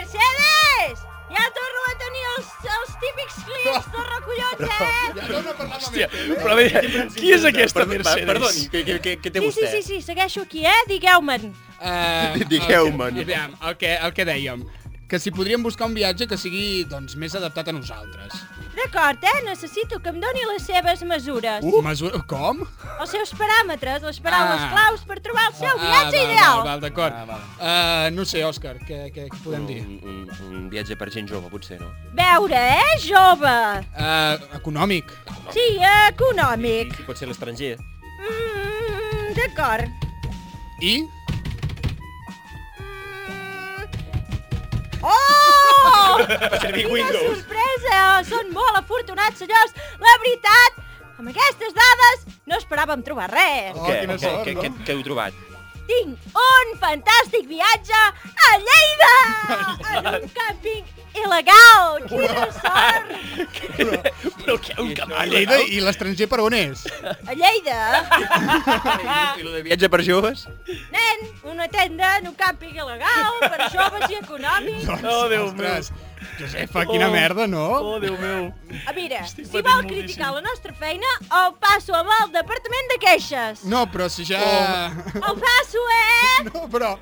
[SPEAKER 3] Mercedes! Ja torno a tenir els, els típics clics de recollons, eh?
[SPEAKER 2] Ja torno a parlar
[SPEAKER 5] Hòstia, però a veure, qui és aquesta
[SPEAKER 4] Perdó-
[SPEAKER 5] Mercedes?
[SPEAKER 4] per- Perdoni, què, què, què, què té
[SPEAKER 3] Sí, sí,
[SPEAKER 4] vostè?
[SPEAKER 3] sí, sí, segueixo aquí, eh? Digueu-me'n.
[SPEAKER 2] Eh,
[SPEAKER 4] Digueu-me'n.
[SPEAKER 2] el que- Aviam, el que, el que dèiem. Que si podríem buscar un viatge que sigui doncs, més adaptat a nosaltres.
[SPEAKER 3] D'acord, eh? Necessito que em doni les seves mesures.
[SPEAKER 2] Uh. Mesura... Com?
[SPEAKER 3] Els seus paràmetres, les paraules
[SPEAKER 2] Ah.
[SPEAKER 3] claus per trobar el seu viatge
[SPEAKER 2] val,
[SPEAKER 3] ideal.
[SPEAKER 2] Val, val, d'acord. Ah, uh, no sé, Òscar, què, què, què podem dir?
[SPEAKER 4] Un, un, un viatge per gent jove, potser, no?
[SPEAKER 3] Veure, eh, jove?
[SPEAKER 2] Uh, econòmic.
[SPEAKER 3] Sí, econòmic.
[SPEAKER 4] I pot ser l'estranger.
[SPEAKER 3] Mm, D'acord. Mm.
[SPEAKER 2] I?
[SPEAKER 3] Oh!
[SPEAKER 5] Va servir
[SPEAKER 3] Quina
[SPEAKER 5] Windows.
[SPEAKER 3] sorpresa! Són molt afortunats, senyors. La veritat, amb aquestes dades no esperàvem trobar res.
[SPEAKER 5] Oh,
[SPEAKER 2] Oh,
[SPEAKER 4] què, què, què, què, què heu trobat?
[SPEAKER 3] Tinc un fantàstic viatge a Lleida! En un càmping il·legal! Quina sort!
[SPEAKER 2] Però què, un cap
[SPEAKER 5] eh?
[SPEAKER 2] a Lleida i l'estranger per on és?
[SPEAKER 3] A Lleida!
[SPEAKER 4] I lo de viatge per joves?
[SPEAKER 3] Nen, una tenda en un càmping il·legal per joves i econòmics.
[SPEAKER 2] Oh, Déu meu. Josefa, quina
[SPEAKER 5] Oh.
[SPEAKER 2] merda, no?
[SPEAKER 5] Oh, Déu meu.
[SPEAKER 3] A veure, si
[SPEAKER 5] patint
[SPEAKER 3] vol
[SPEAKER 5] moltíssim.
[SPEAKER 3] criticar la nostra feina, el passo amb el departament de queixes.
[SPEAKER 2] No, però si ja...
[SPEAKER 4] Oh.
[SPEAKER 3] El passo, eh?
[SPEAKER 2] No, però...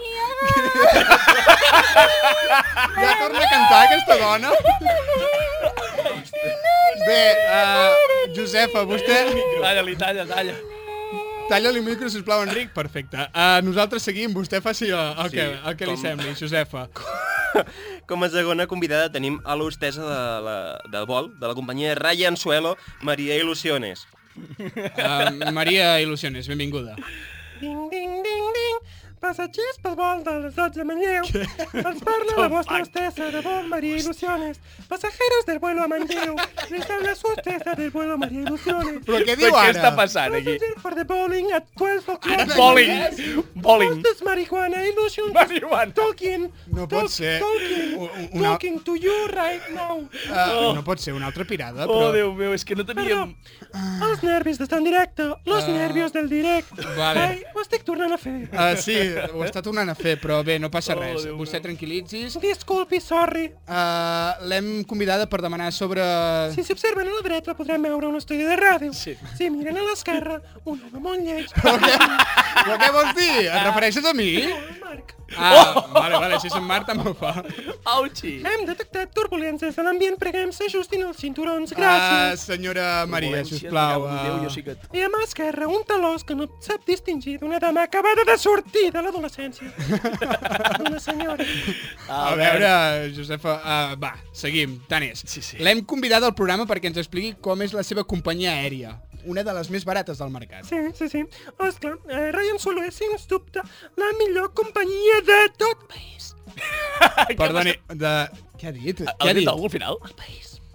[SPEAKER 3] Ja
[SPEAKER 2] torna a cantar aquesta dona? Bé, uh, Josefa, vostè...
[SPEAKER 5] Talla-li, talla, talla.
[SPEAKER 2] Talla-li el micro, sisplau, Enric. Perfecte. Uh, nosaltres seguim, vostè faci el, el, que,
[SPEAKER 4] Sí,
[SPEAKER 2] el que li
[SPEAKER 4] com-
[SPEAKER 2] sembli, Josefa.
[SPEAKER 4] Com a segona convidada tenim a l'hostesa de, la, de vol de la companyia Ryan Suelo, Maria Ilusiones.
[SPEAKER 2] Uh, Maria Ilusiones, benvinguda.
[SPEAKER 18] Ding, ding, ding, ding. Passatgers per vol de les 12 de Manlleu. Els parla
[SPEAKER 5] Oh,
[SPEAKER 18] la vostra hostesa de vol María Ilusiones. Pasajeros del vuelo a Manlleu. Les habla su hostesa del vuelo María Ilusiones.
[SPEAKER 5] Però què diu Però què ara? està passant aquí?
[SPEAKER 18] Passenger for the bowling at 12 o'clock.
[SPEAKER 5] Ara Ah, bowling. Bowling.
[SPEAKER 18] Hostes marihuana illusions. Talking.
[SPEAKER 2] No pot ser.
[SPEAKER 18] Talking.
[SPEAKER 2] una-
[SPEAKER 18] Talking to you right now.
[SPEAKER 2] Uh, no pot ser una altra pirada,
[SPEAKER 5] Oh,
[SPEAKER 2] però...
[SPEAKER 5] Déu meu, és que no teníem...
[SPEAKER 18] Els nervis d'estar en directe. Los
[SPEAKER 2] Ah.
[SPEAKER 18] nervios del directe.
[SPEAKER 2] Vale.
[SPEAKER 18] Ai, ho estic tornant a fer.
[SPEAKER 2] Uh, sí, ho està tornant a fer, però bé, no
[SPEAKER 5] Oh,
[SPEAKER 2] passa res. Vostè tranquil·litzis.
[SPEAKER 18] Disculpi, sorry.
[SPEAKER 2] Uh, L'hem convidada per demanar sobre...
[SPEAKER 18] Si s'observen a la dreta podran veure un estudi de ràdio. Sí. Si miren a l'esquerra, un home molt lleig.
[SPEAKER 2] Però què vols dir? Et refereixes a mi?
[SPEAKER 18] Marc.
[SPEAKER 2] Ah, vale, vale, si és en Marc també ho fa.
[SPEAKER 5] Auxi.
[SPEAKER 18] Hem detectat turbulències a l'ambient, preguem s'ajustin els cinturons,
[SPEAKER 2] Ah,
[SPEAKER 18] gràcies.
[SPEAKER 2] senyora Maria, sisplau. Uh...
[SPEAKER 18] I a mà esquerra, un talòs que no sap distingir d'una dama acabada de sortir de l'adolescència. Una senyora.
[SPEAKER 5] Ah,
[SPEAKER 2] A veure, Josefa,
[SPEAKER 4] Ah,
[SPEAKER 2] uh, va, seguim, tant és. Sí, sí. L'hem convidada al programa perquè ens expliqui com és la seva companyia aèria, una de les més barates del mercat.
[SPEAKER 18] Sí, sí, sí. Esclar, eh, Ryan Solo és, sens dubte, la millor companyia de tot país.
[SPEAKER 2] Perdoni, de... Què ha dit?
[SPEAKER 5] Ha
[SPEAKER 2] Què ha
[SPEAKER 5] dit
[SPEAKER 2] dit?
[SPEAKER 5] algú al final?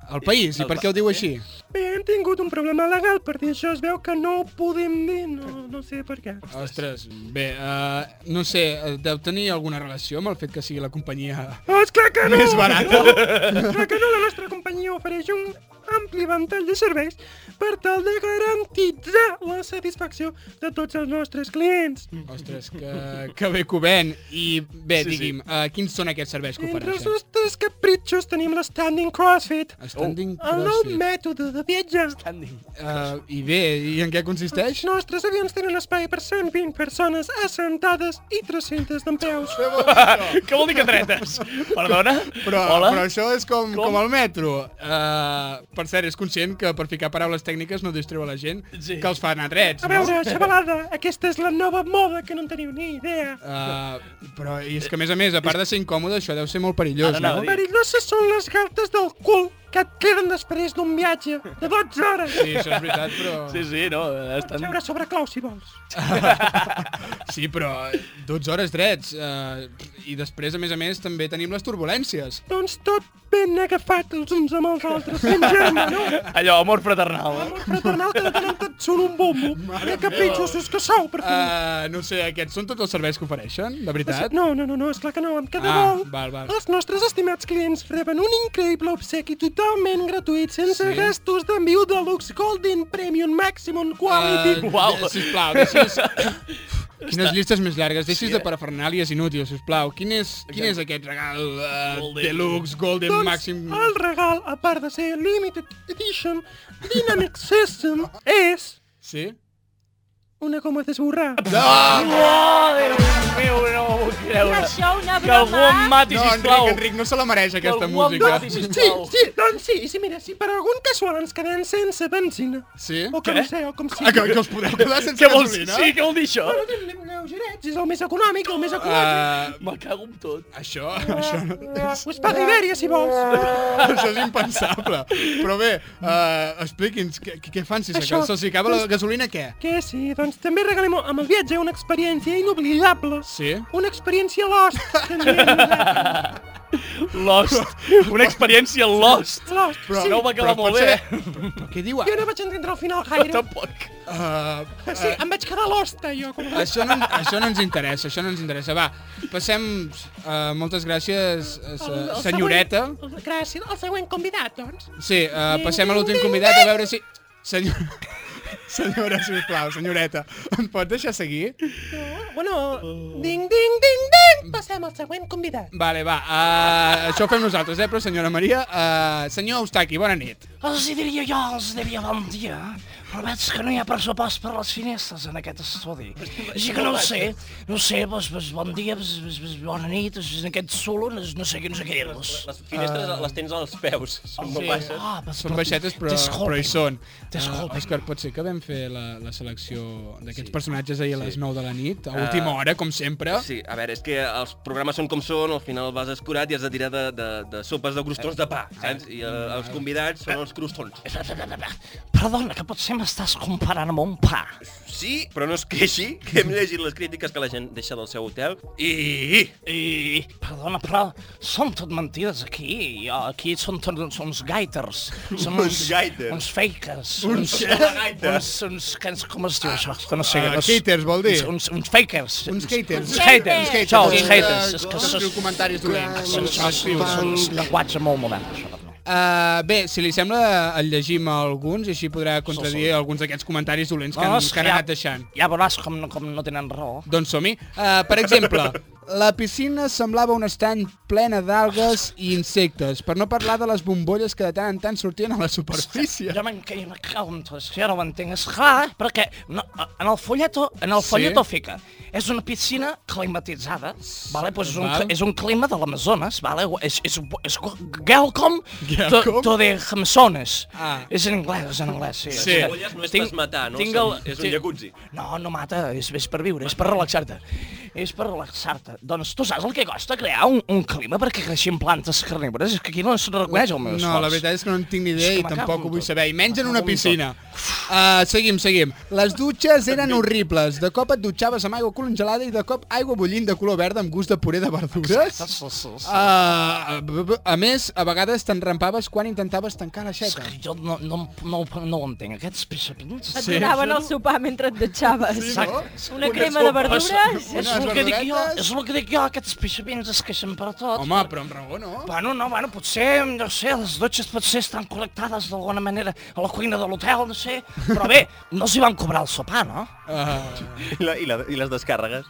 [SPEAKER 2] El país, i per què ho diu així?
[SPEAKER 18] Bé, hem tingut un problema legal per dir això, es veu que no ho podem dir, no, no sé per què.
[SPEAKER 2] Ostres, bé, uh, no sé, eh, deu tenir alguna relació amb el fet que sigui la companyia...
[SPEAKER 18] No, Oh, és clar que no!
[SPEAKER 2] Més barata.
[SPEAKER 18] Clar que no, la nostra companyia ofereix un ampli ventall de serveis per tal de garantitzar la satisfacció de tots els nostres clients.
[SPEAKER 5] Mm,
[SPEAKER 2] Ostres, que, que bé que ho ven. I bé, sí, digui'm, sí. Uh, quins són aquests serveis que
[SPEAKER 18] Entre els
[SPEAKER 2] ofereixen?
[SPEAKER 18] nostres capritxos tenim l'Standing CrossFit.
[SPEAKER 2] Standing
[SPEAKER 18] El nou
[SPEAKER 2] CrossFit.
[SPEAKER 18] mètode de viatge.
[SPEAKER 2] Uh, I bé, i en què consisteix?
[SPEAKER 18] Els nostres avions tenen espai per 120 persones assentades i 300 d'empeus.
[SPEAKER 5] Què vol dir que dretes? Perdona?
[SPEAKER 2] Però,
[SPEAKER 5] Hola?
[SPEAKER 2] però això és com, com? com el metro. Uh, per cert, és conscient que per ficar paraules tècniques no distreu a la gent sí. que els fa anar drets,
[SPEAKER 18] A veure,
[SPEAKER 2] no?
[SPEAKER 18] xavalada, aquesta és la nova moda que no en teniu ni idea.
[SPEAKER 2] Uh, però
[SPEAKER 5] Ah,
[SPEAKER 2] i és que, a més a més, a part de ser incòmode, això deu ser molt perillós,
[SPEAKER 18] no,
[SPEAKER 2] no?
[SPEAKER 18] Perilloses són les galtes del cul que et queden després d'un viatge de 12 hores.
[SPEAKER 2] Sí, això és veritat, però...
[SPEAKER 5] Sí, sí, no, estan...
[SPEAKER 18] Seure sobre clau, si vols.
[SPEAKER 2] Sí, però 12 hores drets. eh, I després, a més a més, també tenim les turbulències.
[SPEAKER 18] Doncs tot ben agafat els uns amb els altres,
[SPEAKER 2] Ah.
[SPEAKER 18] ben germà, no?
[SPEAKER 5] Allò, amor fraternal.
[SPEAKER 18] Fraternal que depenen tots són un bombo. Que capritxosos que sou, per fi.
[SPEAKER 2] Uh, no ho sé, aquests són tots els serveis que ofereixen, de veritat?
[SPEAKER 18] No, no, no, no, esclar que no, amb cada
[SPEAKER 2] Ah,
[SPEAKER 18] vol.
[SPEAKER 2] val, val.
[SPEAKER 18] Els nostres estimats clients reben un increïble obsequi totalment gratuït, sense
[SPEAKER 2] Sí.
[SPEAKER 18] gastos d'enviu de luxe Golden Premium Maximum Quality.
[SPEAKER 2] Uh, Sisplau, deixis... Quines llistes més llargues. Deixis de parafernàlies inútils, sisplau. Quin és, quin és aquest regal uh, deluxe, golden,
[SPEAKER 18] doncs,
[SPEAKER 2] màxim...
[SPEAKER 18] el regal, a part de ser limited edition, dynamic system, és
[SPEAKER 2] Sí?
[SPEAKER 18] una goma d'esborrar.
[SPEAKER 2] Ah!
[SPEAKER 5] Oh, Déu meu, no ho puc creure.
[SPEAKER 18] Això, una
[SPEAKER 5] Que algú
[SPEAKER 18] broma.
[SPEAKER 5] em mati,
[SPEAKER 2] No, Enric,
[SPEAKER 5] sisplau.
[SPEAKER 2] Enric, no se la mereix, aquesta
[SPEAKER 5] Que algú em
[SPEAKER 2] música.
[SPEAKER 5] mati,
[SPEAKER 18] Sí, sí, doncs sí, sí, mira, si per algun casual ens quedem sense benzina.
[SPEAKER 2] Sí?
[SPEAKER 18] O com
[SPEAKER 2] Què?
[SPEAKER 18] Oh, sé, o com sí.
[SPEAKER 2] Ah, que, que us podeu quedar sense
[SPEAKER 5] Què vols-
[SPEAKER 2] gasolina?
[SPEAKER 5] sí, què vol dir això?
[SPEAKER 18] Bueno, anem lleugerets, és el més econòmic, el més ecològic.
[SPEAKER 2] Uh,
[SPEAKER 5] me cago en tot.
[SPEAKER 2] Això, això no...
[SPEAKER 18] Uh, pues paga Iberia, si vols.
[SPEAKER 2] Això és impensable. Però bé, uh, expliqui'ns, què, què fan si
[SPEAKER 18] Això,
[SPEAKER 2] s'acaba? Se'ls hi acaba la
[SPEAKER 18] doncs-
[SPEAKER 2] gasolina, què?
[SPEAKER 18] Que sí, doncs també regalem amb el viatge una experiència inoblidable.
[SPEAKER 2] Sí?
[SPEAKER 18] Una experiència lost, també.
[SPEAKER 5] Lost. Una experiència Lost.
[SPEAKER 18] Lost,
[SPEAKER 5] Però,
[SPEAKER 18] sí.
[SPEAKER 5] no va quedar molt bé. eh?
[SPEAKER 2] Què diu?
[SPEAKER 18] Jo no vaig entendre el final, Jairo.
[SPEAKER 5] Tampoc.
[SPEAKER 2] Uh,
[SPEAKER 18] Eh, Sí, em vaig quedar l'hosta, jo. Com...
[SPEAKER 2] Això no, això no ens interessa, això no ens interessa. Va, passem... Uh, moltes gràcies, eh, se-
[SPEAKER 18] El- el
[SPEAKER 2] senyoreta.
[SPEAKER 18] següent- el- Gràcies. El següent convidat, doncs.
[SPEAKER 2] Sí, uh, passem a l'últim convidat a veure si... Senyor... Senyora, sisplau, senyoreta, em pot deixar seguir?
[SPEAKER 18] Bueno,
[SPEAKER 2] Oh.
[SPEAKER 18] ding, ding, ding, ding. Passem al següent convidat.
[SPEAKER 2] Vale, va, uh, això ho fem nosaltres, eh? Però senyora Maria, uh, senyor Eustaqui, bona nit.
[SPEAKER 19] Els hi diria jo, els diria bon dia, però veig que no hi ha pressupost per les finestres en aquest estudi. Així que no ho sé, no ho sé, doncs, doncs bon dia, doncs, doncs, doncs, bona nit, doncs, en aquest solo, no, no sé què, no sé què dir-vos.
[SPEAKER 4] Les finestres les tens als peus, són molt baixes.
[SPEAKER 19] Ah, doncs,
[SPEAKER 2] Són
[SPEAKER 19] però-
[SPEAKER 2] baixetes, però,
[SPEAKER 19] disculpin,
[SPEAKER 2] però hi són.
[SPEAKER 19] disculpin.
[SPEAKER 2] Uh, Òscar, pot ser que vam fer la, la selecció d'aquests personatges ahir a les 9 de la nit, a
[SPEAKER 19] Ah.
[SPEAKER 2] última hora, com sempre.
[SPEAKER 4] Ah. Sí, a veure, és que els programes són com són, al final vas escurat i has de tirar de, de, de sopes de crostons de pa, saps? I eh, els convidats són els crostons.
[SPEAKER 2] Eh.
[SPEAKER 19] Perdona, que potser m'estàs comparant amb un pa.
[SPEAKER 4] Sí, però no es queixi, que hem llegit les crítiques que la gent deixa del seu hotel i...
[SPEAKER 19] I... Perdona, però són tot mentides aquí. Jo, Aquí són tots uns, uns gaiters. Són uns,
[SPEAKER 4] Uns gaiters.
[SPEAKER 19] Uns fakers.
[SPEAKER 2] Uns què?
[SPEAKER 19] uns, uns, uns, com es diu això? Que no sé,
[SPEAKER 2] Ah,
[SPEAKER 19] uns,
[SPEAKER 2] haters, vol dir?
[SPEAKER 19] Uns, uns fakers.
[SPEAKER 2] Uns haters.
[SPEAKER 19] Uns haters.
[SPEAKER 2] Uns
[SPEAKER 19] Això,
[SPEAKER 2] haters.
[SPEAKER 19] uns haters. És
[SPEAKER 2] Com
[SPEAKER 19] que
[SPEAKER 2] es diu,
[SPEAKER 19] són
[SPEAKER 2] comentaris dolents.
[SPEAKER 19] Això és un llenguatge molt modern, això.
[SPEAKER 2] Uh, bé, si li sembla, en llegim alguns i així podrà contradir alguns d'aquests comentaris dolents que,
[SPEAKER 19] No,
[SPEAKER 2] han,
[SPEAKER 19] és
[SPEAKER 2] que
[SPEAKER 19] que
[SPEAKER 2] han
[SPEAKER 19] ja-
[SPEAKER 2] anat deixant.
[SPEAKER 19] Ja veuràs com, no- com no tenen raó.
[SPEAKER 2] Doncs som-hi. Uh, per exemple, la piscina semblava un estany plena d'algues i insectes, per no parlar de les bombolles que de tant en tant sortien a la superfície.
[SPEAKER 19] Jo me'n caia, me cago en tot, si ara ho entenc, esclar, perquè no, en el folleto, en el
[SPEAKER 2] Sí.
[SPEAKER 19] folleto fica, és una piscina climatitzada, vale? pues és, un,
[SPEAKER 2] Val.
[SPEAKER 19] cli- és un clima de l'Amazones, vale? és, és, és quelcom to,
[SPEAKER 4] Quelcom?
[SPEAKER 19] to de Amazones.
[SPEAKER 4] Ah.
[SPEAKER 19] És en anglès, és en anglès, sí.
[SPEAKER 4] Sí. Cebollas no és pas matar, no? Són- és un
[SPEAKER 5] Eh,
[SPEAKER 4] jacuzzi.
[SPEAKER 19] No, no mata, és, és per viure, és per relaxar-te. És per relaxar-te. Doncs tu saps el que costa crear un, un clima perquè creixin plantes carnívores? És que aquí no es reconeix el meu esforç.
[SPEAKER 2] No, la veritat és que no en tinc ni idea
[SPEAKER 19] És
[SPEAKER 2] i
[SPEAKER 19] que m'acabo
[SPEAKER 2] tampoc ho
[SPEAKER 19] amb
[SPEAKER 2] vull
[SPEAKER 19] tot.
[SPEAKER 2] saber, i menys en una
[SPEAKER 19] M'acabo amb
[SPEAKER 2] piscina. Uh, seguim, seguim. Les dutxes eren horribles. De cop et dutxaves amb aigua congelada i de cop aigua bullint de color verd amb gust de puré de verdures. Uh, a més, a vegades t'enrampaves quan intentaves tancar l'aixeta.
[SPEAKER 19] Jo no, no, no, ho- no ho entenc, aquests pixapins...
[SPEAKER 3] Et donaven el sopar mentre et dutxaves. Una crema de verdures.
[SPEAKER 19] És, és, el que dic jo, és el que dic jo, aquests pixapins es queixen per tot.
[SPEAKER 2] Home, però amb raó, no?
[SPEAKER 19] Bueno, no, bueno, potser, no sé, les dutxes potser estan col·lectades d'alguna manera a la cuina de l'hotel, no sé, però bé, no s'hi van cobrar el sopar, no? Ah.
[SPEAKER 4] I, la, i, la, I les descàrregues?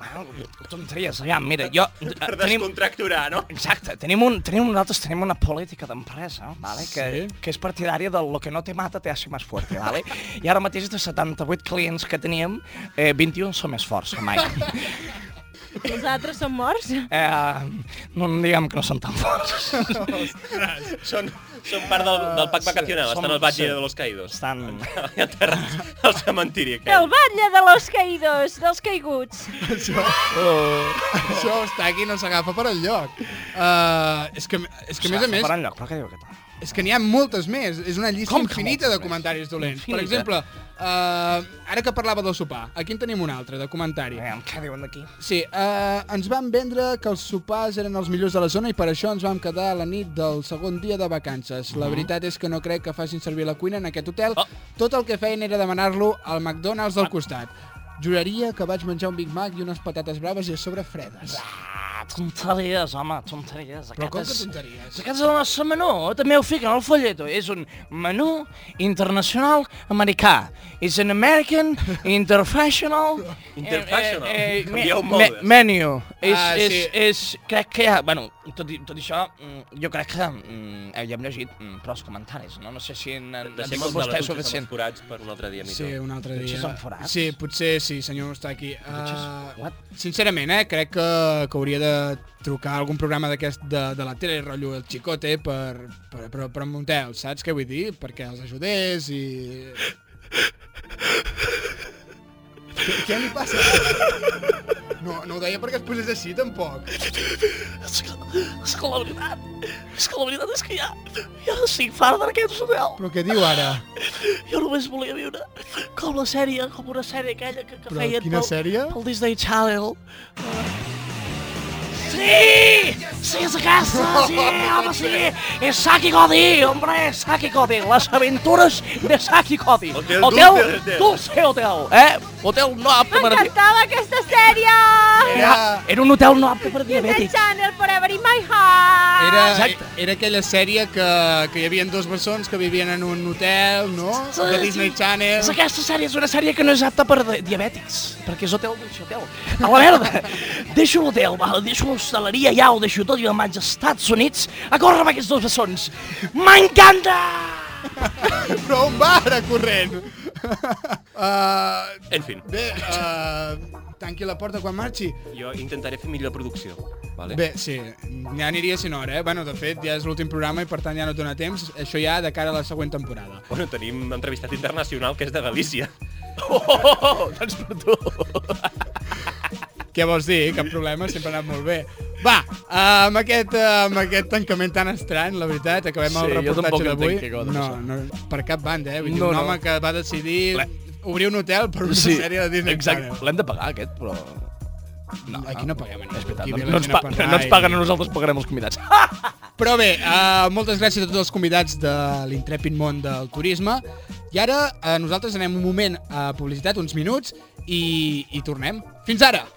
[SPEAKER 19] Tonteries, aviam, mira, jo... eh,
[SPEAKER 4] Per descontracturar, no?
[SPEAKER 19] Exacte, tenim, un, tenim nosaltres tenim una política d'empresa, vale? que, que és partidària del lo que no te mata te hace más fuerte, vale? i ara mateix de 78 clients que teníem, eh, 21 són més forts que mai.
[SPEAKER 3] Els altres són morts?
[SPEAKER 19] Eh, no diguem que no són tan forts.
[SPEAKER 4] Són, són part del, del pack vacacional, estan al batlle
[SPEAKER 19] Ah, sí.
[SPEAKER 4] de los caídos.
[SPEAKER 19] Estan...
[SPEAKER 4] Enterrats al cementiri
[SPEAKER 3] El
[SPEAKER 4] aquest.
[SPEAKER 3] batlle de los caídos, dels caiguts.
[SPEAKER 2] Això, oh. això està aquí, no s'agafa per enlloc. Uh, és que, és que a més a més...
[SPEAKER 19] Per enlloc, però què diu aquest?
[SPEAKER 2] És que n'hi ha moltes més. És una llista
[SPEAKER 5] Com que
[SPEAKER 2] infinita de
[SPEAKER 5] moltes més?
[SPEAKER 2] comentaris dolents. Per
[SPEAKER 5] Infinita.
[SPEAKER 2] exemple, uh, ara que parlava del sopar, aquí en tenim un altre, de comentari.
[SPEAKER 19] Què diuen d'aquí?
[SPEAKER 2] Sí, eh, ens van vendre que els sopars eren els millors de la zona i per això ens vam quedar a la nit del segon dia de vacances. La
[SPEAKER 5] Mhm.
[SPEAKER 2] veritat és que no crec que facin servir la cuina en aquest hotel.
[SPEAKER 19] Oh.
[SPEAKER 2] Tot el que feien era demanar-lo al McDonald's del costat. Juraria que vaig menjar un Big Mac i unes patates braves i a sobre fredes.
[SPEAKER 19] Ah, tonteries, home, tonteries.
[SPEAKER 2] Però com que
[SPEAKER 19] és-
[SPEAKER 2] tonteries?
[SPEAKER 19] Aquest és el nostre menú, també ho fiquen al folleto. És un menú internacional americà. És an American Interfashional...
[SPEAKER 4] Interfashional.
[SPEAKER 19] Eh, eh,
[SPEAKER 4] Canvieu
[SPEAKER 19] me-
[SPEAKER 4] modes.
[SPEAKER 19] me- Menu. És,
[SPEAKER 4] Ah,
[SPEAKER 19] és,
[SPEAKER 4] sí.
[SPEAKER 19] és, crec que hi ha... Bueno, tot, i, tot i això, mm, jo crec que mm, eh, ja hem llegit mm, prou els comentaris, no? No sé si en, en, en
[SPEAKER 4] Deixem
[SPEAKER 19] diuen
[SPEAKER 4] els debatutxes
[SPEAKER 19] vostès
[SPEAKER 4] amb
[SPEAKER 19] suficient.
[SPEAKER 4] els forats per un altre dia millor.
[SPEAKER 2] Sí, un altre
[SPEAKER 19] Potser
[SPEAKER 2] dia.
[SPEAKER 19] són forats.
[SPEAKER 2] Sí, potser sí, senyor Mustaki.
[SPEAKER 19] Potser-
[SPEAKER 2] Uh, sincerament, eh, crec que, que hauria de trucar a algun programa d'aquest de, de la tele, rotllo El Chicote, per, per, per, per un hotel, saps què vull dir? Perquè els ajudés i... què, què li passa? No, no ho deia perquè es posés així, tampoc.
[SPEAKER 19] És que, és que la veritat, és que la veritat és que ja, ja estic fart d'aquest hotel.
[SPEAKER 2] Però què diu ara?
[SPEAKER 19] Jo només volia viure com la sèrie, com una sèrie aquella que, que
[SPEAKER 2] Però
[SPEAKER 19] feien
[SPEAKER 2] quina sèrie?
[SPEAKER 19] pel Disney Channel. Sí! Sí, és aquesta, sí, home, sí! És Saki Cody, hombre, és Saki Cody, les aventures de Saki Cody. Hotel,
[SPEAKER 17] Dulce Hotel.
[SPEAKER 19] Dulce Hotel, eh? Hotel no apte per... di-
[SPEAKER 17] M'encantava aquesta sèrie!
[SPEAKER 19] Era, era un hotel no apte per
[SPEAKER 17] The
[SPEAKER 19] diabètics.
[SPEAKER 17] Channel Forever in my heart!
[SPEAKER 2] Era, era aquella sèrie que, que hi havia dos bessons que vivien en un hotel, no? De Disney Channel.
[SPEAKER 19] És aquesta sèrie, és una sèrie que no és apta per di- diabètics, perquè és hotel d'un hotel. A la merda, deixo l'hotel, va, deixo l'hostaleria ja, ho deixo tot i me'n vaig als Estats Units a córrer amb aquests dos bessons. M'encanta!
[SPEAKER 2] Però on va ara corrent?
[SPEAKER 20] Ah.
[SPEAKER 2] Uh,
[SPEAKER 4] En fin.
[SPEAKER 2] Bé, uh, tanqui la porta quan marxi.
[SPEAKER 4] Jo intentaré fer millor producció. Vale?
[SPEAKER 2] Bé, sí, ja aniria sin hora, eh? Bueno, de fet, ja és l'últim programa i per tant ja no et dona temps. Això ja de cara a la següent temporada.
[SPEAKER 4] Bueno, tenim un entrevistat internacional que és de Galícia.
[SPEAKER 19] Oh, oh, oh, doncs per tu.
[SPEAKER 2] Què vols dir? Cap problema, sempre ha anat molt bé. Va, eh, amb aquest, eh, amb aquest tancament tan estrany, la veritat, acabem
[SPEAKER 5] Sí,
[SPEAKER 2] el
[SPEAKER 5] jo tampoc
[SPEAKER 2] reportatge d'avui.
[SPEAKER 5] entenc què acaba de
[SPEAKER 2] No,
[SPEAKER 5] passar.
[SPEAKER 2] no, per cap banda, eh? Vull dir,
[SPEAKER 5] No,
[SPEAKER 2] un
[SPEAKER 5] no.
[SPEAKER 2] home que va decidir obrir un hotel per una sèrie de Disney
[SPEAKER 5] exacte.
[SPEAKER 2] Channel.
[SPEAKER 5] L'hem de pagar, aquest, però... No,
[SPEAKER 2] aquí no paguem a ningú.
[SPEAKER 5] És veritat,
[SPEAKER 2] Aquí
[SPEAKER 5] no,
[SPEAKER 2] ve la
[SPEAKER 5] no, ens
[SPEAKER 2] gent a
[SPEAKER 5] pa
[SPEAKER 2] parlar
[SPEAKER 5] no ens
[SPEAKER 2] i-
[SPEAKER 5] paguen a nosaltres, pagarem els convidats.
[SPEAKER 2] Però bé, uh, moltes gràcies a tots els convidats de l'intrèpid món del turisme. I ara uh, nosaltres anem un moment a publicitat, uns minuts, i, i tornem. Fins ara!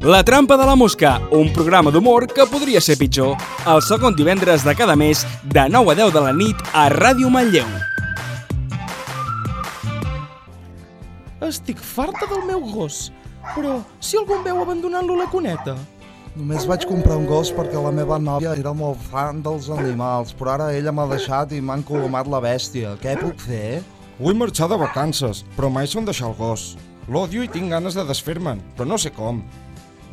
[SPEAKER 1] La trampa de la mosca, un programa d'humor que podria ser pitjor. El segon divendres de cada mes, de 9 a 10 de la nit, a Ràdio Manlleu.
[SPEAKER 21] Estic farta del meu gos, però si algú em veu abandonant-lo a la cuneta...
[SPEAKER 22] Només vaig comprar un gos perquè la meva nòvia era molt fan dels animals, però ara ella m'ha deixat i m'han colomat la bèstia. Què puc fer?
[SPEAKER 23] Vull marxar de vacances, però mai són deixar el gos. L'odio i tinc ganes de desfer-me'n, però no sé com.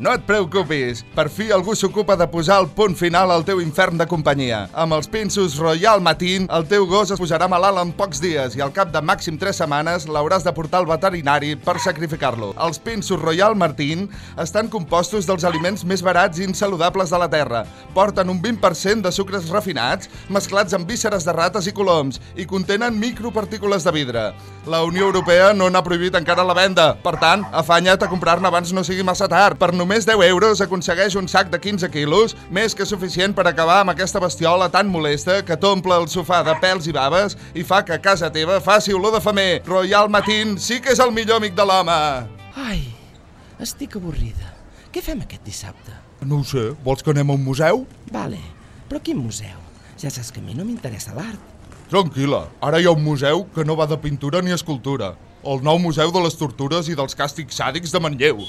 [SPEAKER 20] No et preocupis, per fi algú s'ocupa de posar el punt final al teu infern de companyia. Amb els pinços Royal Matin, el teu gos es posarà malalt en pocs dies i al cap de màxim 3 setmanes l'hauràs de portar al veterinari per sacrificar-lo. Els pinços Royal Martin estan compostos dels aliments més barats i insaludables de la Terra. Porten un 20% de sucres refinats mesclats amb vísceres de rates i coloms i contenen micropartícules de vidre. La Unió Europea no n'ha prohibit encara la venda. Per tant, afanya't a comprar-ne abans no sigui massa tard. Per només 10 euros aconsegueix un sac de 15 quilos, més que suficient per acabar amb aquesta bestiola tan molesta que t'omple el sofà de pèls i baves i fa que a casa teva faci olor de femer. Royal Matin sí que és el millor amic de l'home.
[SPEAKER 21] Ai, estic avorrida. Què fem aquest dissabte?
[SPEAKER 20] No ho sé, vols que anem a un museu?
[SPEAKER 21] Vale, però quin museu? Ja saps que a mi no m'interessa l'art.
[SPEAKER 20] Tranquil·la, ara hi ha un museu que no va de pintura ni escultura. El nou Museu de les Tortures i dels Càstigs Sàdics de Manlleu.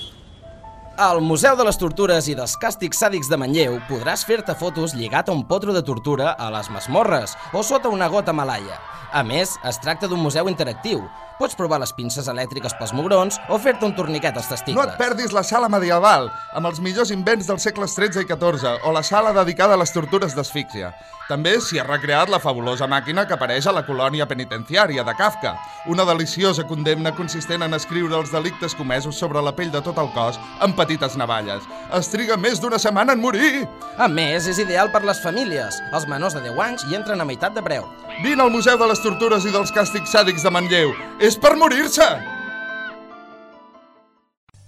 [SPEAKER 24] Al Museu de les Tortures i dels Càstigs Sàdics de Manlleu podràs fer-te fotos lligat a un potro de tortura a les masmorres o sota una gota malaia. A més, es tracta d'un museu interactiu. Pots provar les pinces elèctriques pels mugrons o fer-te un torniquet als testicles.
[SPEAKER 20] No et perdis la sala medieval, amb els millors invents dels segles XIII i XIV, o la sala dedicada a les tortures d'asfíxia. També s'hi ha recreat la fabulosa màquina que apareix a la colònia penitenciària de Kafka, una deliciosa condemna consistent en escriure els delictes comesos sobre la pell de tot el cos amb petites navalles. Es triga més d'una setmana en morir!
[SPEAKER 24] A més, és ideal per les famílies. Els menors de 10 anys hi entren a meitat de preu.
[SPEAKER 20] Vine al Museu de les Tortures i dels Càstigs Sàdics de Manlleu. És per morir-se!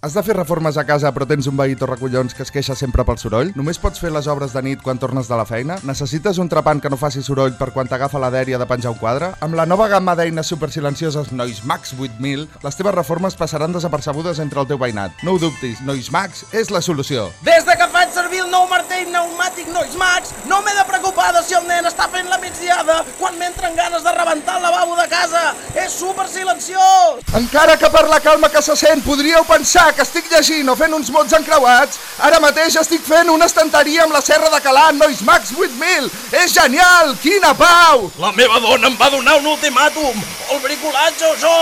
[SPEAKER 20] Has de fer reformes a casa però tens un veí torracollons que es queixa sempre pel soroll? Només pots fer les obres de nit quan tornes de la feina? Necessites un trepant que no faci soroll per quan t'agafa la dèria de penjar un quadre? Amb la nova gamma d'eines supersilencioses Noise Max 8000, les teves reformes passaran desapercebudes entre el teu veïnat. No ho dubtis, Noise Max és la solució.
[SPEAKER 24] Des de que faig servir el nou martell pneumàtic Noise Max, no m'he de preocupar de si el nen està fent la migdiada quan m'entren ganes de rebentar el lavabo de casa. És super silenciós!
[SPEAKER 20] Encara que per la calma que se sent podríeu pensar que estic llegint o fent uns mots encreuats, ara mateix estic fent una estanteria amb la serra de Calà Nois Max 8000. És genial! Quina pau!
[SPEAKER 24] La meva dona em va donar un ultimàtum. El bricolatge o jo!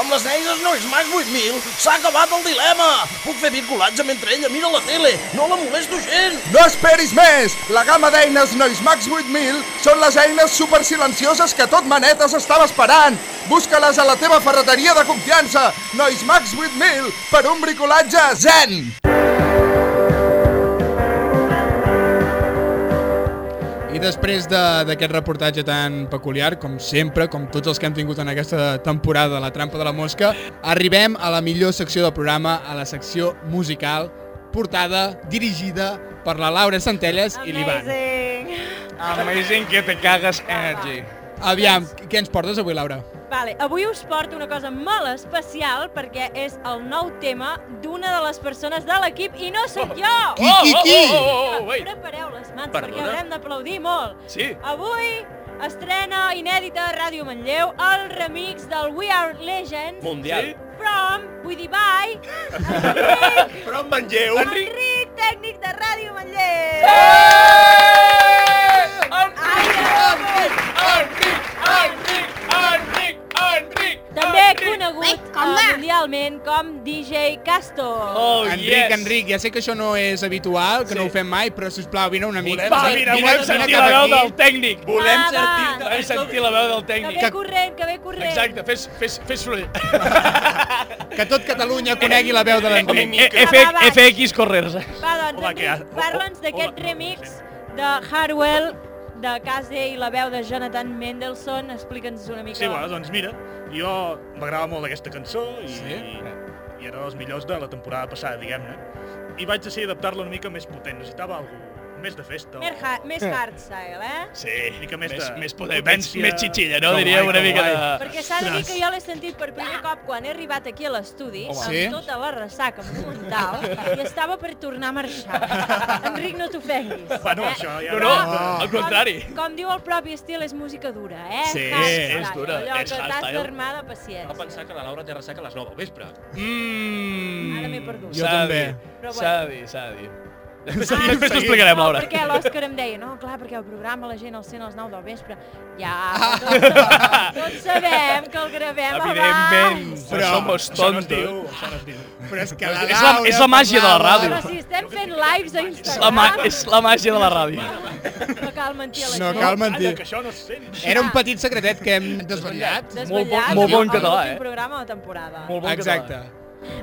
[SPEAKER 24] Amb les eines Nois Max 8000 s'ha acabat el dilema. Puc fer bricolatge mentre ella mira la tele. No la molesto gens.
[SPEAKER 20] No esperis més! La gamma d'eines Nois Max 8000 són les eines super silencioses que tot manetes estava esperant. Busca-les a la teva ferreteria de confiança. Nois Max 8000 per un bricolatge zen!
[SPEAKER 2] I després de- d'aquest reportatge tan peculiar, com sempre, com tots els que hem tingut en aquesta temporada de La trampa de la mosca, arribem a la millor secció del programa, a la secció musical, portada, dirigida per la Laura Centelles i l'Ivan.
[SPEAKER 5] Amazing que te cagues energy.
[SPEAKER 2] Aviam, què ens portes avui, Laura?
[SPEAKER 3] Vale, avui us porto una cosa molt especial perquè és el nou tema d'una de les persones de l'equip i no sóc jo!
[SPEAKER 2] Qui, Oh. qui, qui?
[SPEAKER 3] Oh, oh, oh, oh, Prepareu les mans Perdona? perquè
[SPEAKER 2] Perdona?
[SPEAKER 3] haurem d'aplaudir molt.
[SPEAKER 2] Sí.
[SPEAKER 3] Avui estrena inèdita a Ràdio Manlleu el remix del We Are Legends
[SPEAKER 4] Mundial.
[SPEAKER 3] From, vull dir bye,
[SPEAKER 4] Però em mengeu. Enric.
[SPEAKER 3] Enric, tècnic de Ràdio Manlleu! També conegut eh, mundialment com DJ Castor.
[SPEAKER 5] Oh,
[SPEAKER 2] Enric, Enric, ja sé que això no és habitual, que sí. no ho fem mai, però sisplau, vine una mica.
[SPEAKER 5] Va, mira, volem sentir la veu del tècnic.
[SPEAKER 3] Volem Va, sentir-
[SPEAKER 5] volem sentir la veu del
[SPEAKER 3] Que
[SPEAKER 5] tècnic.
[SPEAKER 3] ve corrent, que ve corrent.
[SPEAKER 5] Exacte, fes, fes, fes soroll.
[SPEAKER 2] Que tot Catalunya conegui la veu de l'Enric.
[SPEAKER 5] Eh, eh,
[SPEAKER 3] Va, va, va.
[SPEAKER 5] F- FX Corrers.
[SPEAKER 3] Va, doncs, Enric, parla'ns
[SPEAKER 5] oh,
[SPEAKER 3] d'aquest remix de Harwell, de Case i la veu de Jonathan Mendelssohn. Explica'ns una mica.
[SPEAKER 7] Sí, bueno, doncs mira, jo m'agrada molt aquesta cançó i, sí? i era dels millors de la temporada passada, diguem-ne. I vaig decidir adaptar-la una mica més potent, necessitava algú més de festa. o-
[SPEAKER 3] Més, ha més hardstyle, eh?
[SPEAKER 7] Sí, una mica més,
[SPEAKER 5] més-
[SPEAKER 7] de
[SPEAKER 5] més poder, més- més xitxilla, no?
[SPEAKER 7] Que
[SPEAKER 5] Diria
[SPEAKER 7] guai,
[SPEAKER 5] una
[SPEAKER 7] que
[SPEAKER 5] mica
[SPEAKER 7] guai.
[SPEAKER 5] de-
[SPEAKER 3] Perquè s'ha de dir que jo l'he sentit per primer cop quan he arribat aquí a l'estudi,
[SPEAKER 7] Home.
[SPEAKER 3] amb
[SPEAKER 7] Sí?
[SPEAKER 3] tota la ressaca mental, i estava per tornar a marxar. Enric, no t'ofenguis.
[SPEAKER 7] Bueno, això ja...
[SPEAKER 5] No, no, al contrari.
[SPEAKER 3] Com, com diu el propi estil, és música dura, eh?
[SPEAKER 5] Sí,
[SPEAKER 3] Hardstyle,
[SPEAKER 5] és dura,
[SPEAKER 3] Allò
[SPEAKER 5] és
[SPEAKER 3] que t'has
[SPEAKER 5] hardstyle.
[SPEAKER 3] d'armar de paciència.
[SPEAKER 4] Va pensar que la Laura té ressaca a les 9 del vespre.
[SPEAKER 5] Mm,
[SPEAKER 3] Ara m'he perdut.
[SPEAKER 5] s'ha de dir,
[SPEAKER 3] Però
[SPEAKER 5] S'ha de dir, s'ha de dir. Després t'ho explicarem, Laura.
[SPEAKER 3] Perquè l'Òscar em deia, no, clar, perquè el programa la gent el sent a les 9 del vespre. Ja, però tots, tots sabem que el gravem
[SPEAKER 5] Evidentment,
[SPEAKER 3] abans.
[SPEAKER 5] però somos tontos.
[SPEAKER 2] Però és que
[SPEAKER 5] la és la, és la màgia de la
[SPEAKER 3] Però
[SPEAKER 5] ràdio.
[SPEAKER 3] si estem fent lives
[SPEAKER 5] És
[SPEAKER 3] a
[SPEAKER 5] la, mà,
[SPEAKER 3] Instagram,
[SPEAKER 5] és la màgia de la ràdio.
[SPEAKER 3] no cal mentir a la
[SPEAKER 2] No
[SPEAKER 3] gent.
[SPEAKER 2] cal mentir.
[SPEAKER 7] Calla, que això no es sent.
[SPEAKER 2] Era un petit secretet que hem desvetllat.
[SPEAKER 3] Desvetllat,
[SPEAKER 5] molt bon
[SPEAKER 3] el
[SPEAKER 5] català,
[SPEAKER 3] últim
[SPEAKER 5] eh?
[SPEAKER 3] programa de la temporada.
[SPEAKER 2] Exacte.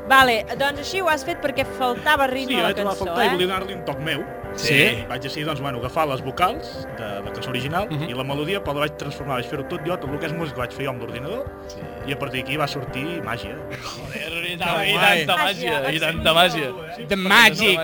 [SPEAKER 3] Vale, doncs així ho has fet perquè faltava ritme
[SPEAKER 7] Sí,
[SPEAKER 3] a la
[SPEAKER 7] vaig a la
[SPEAKER 3] cançó,
[SPEAKER 7] faltar i volia
[SPEAKER 3] eh?
[SPEAKER 7] donar-li un toc meu.
[SPEAKER 2] Sí?
[SPEAKER 7] I vaig decidir, doncs, bueno, agafar les vocals de la cançó original
[SPEAKER 5] Mhm.
[SPEAKER 7] i la melodia, però la vaig transformar, vaig fer-ho tot jo, tot el que és música ho vaig fer jo amb l'ordinador, i a partir d'aquí va sortir màgia.
[SPEAKER 5] I
[SPEAKER 7] tant,
[SPEAKER 5] i tanta màgia, i tanta màgia.
[SPEAKER 2] The Magic.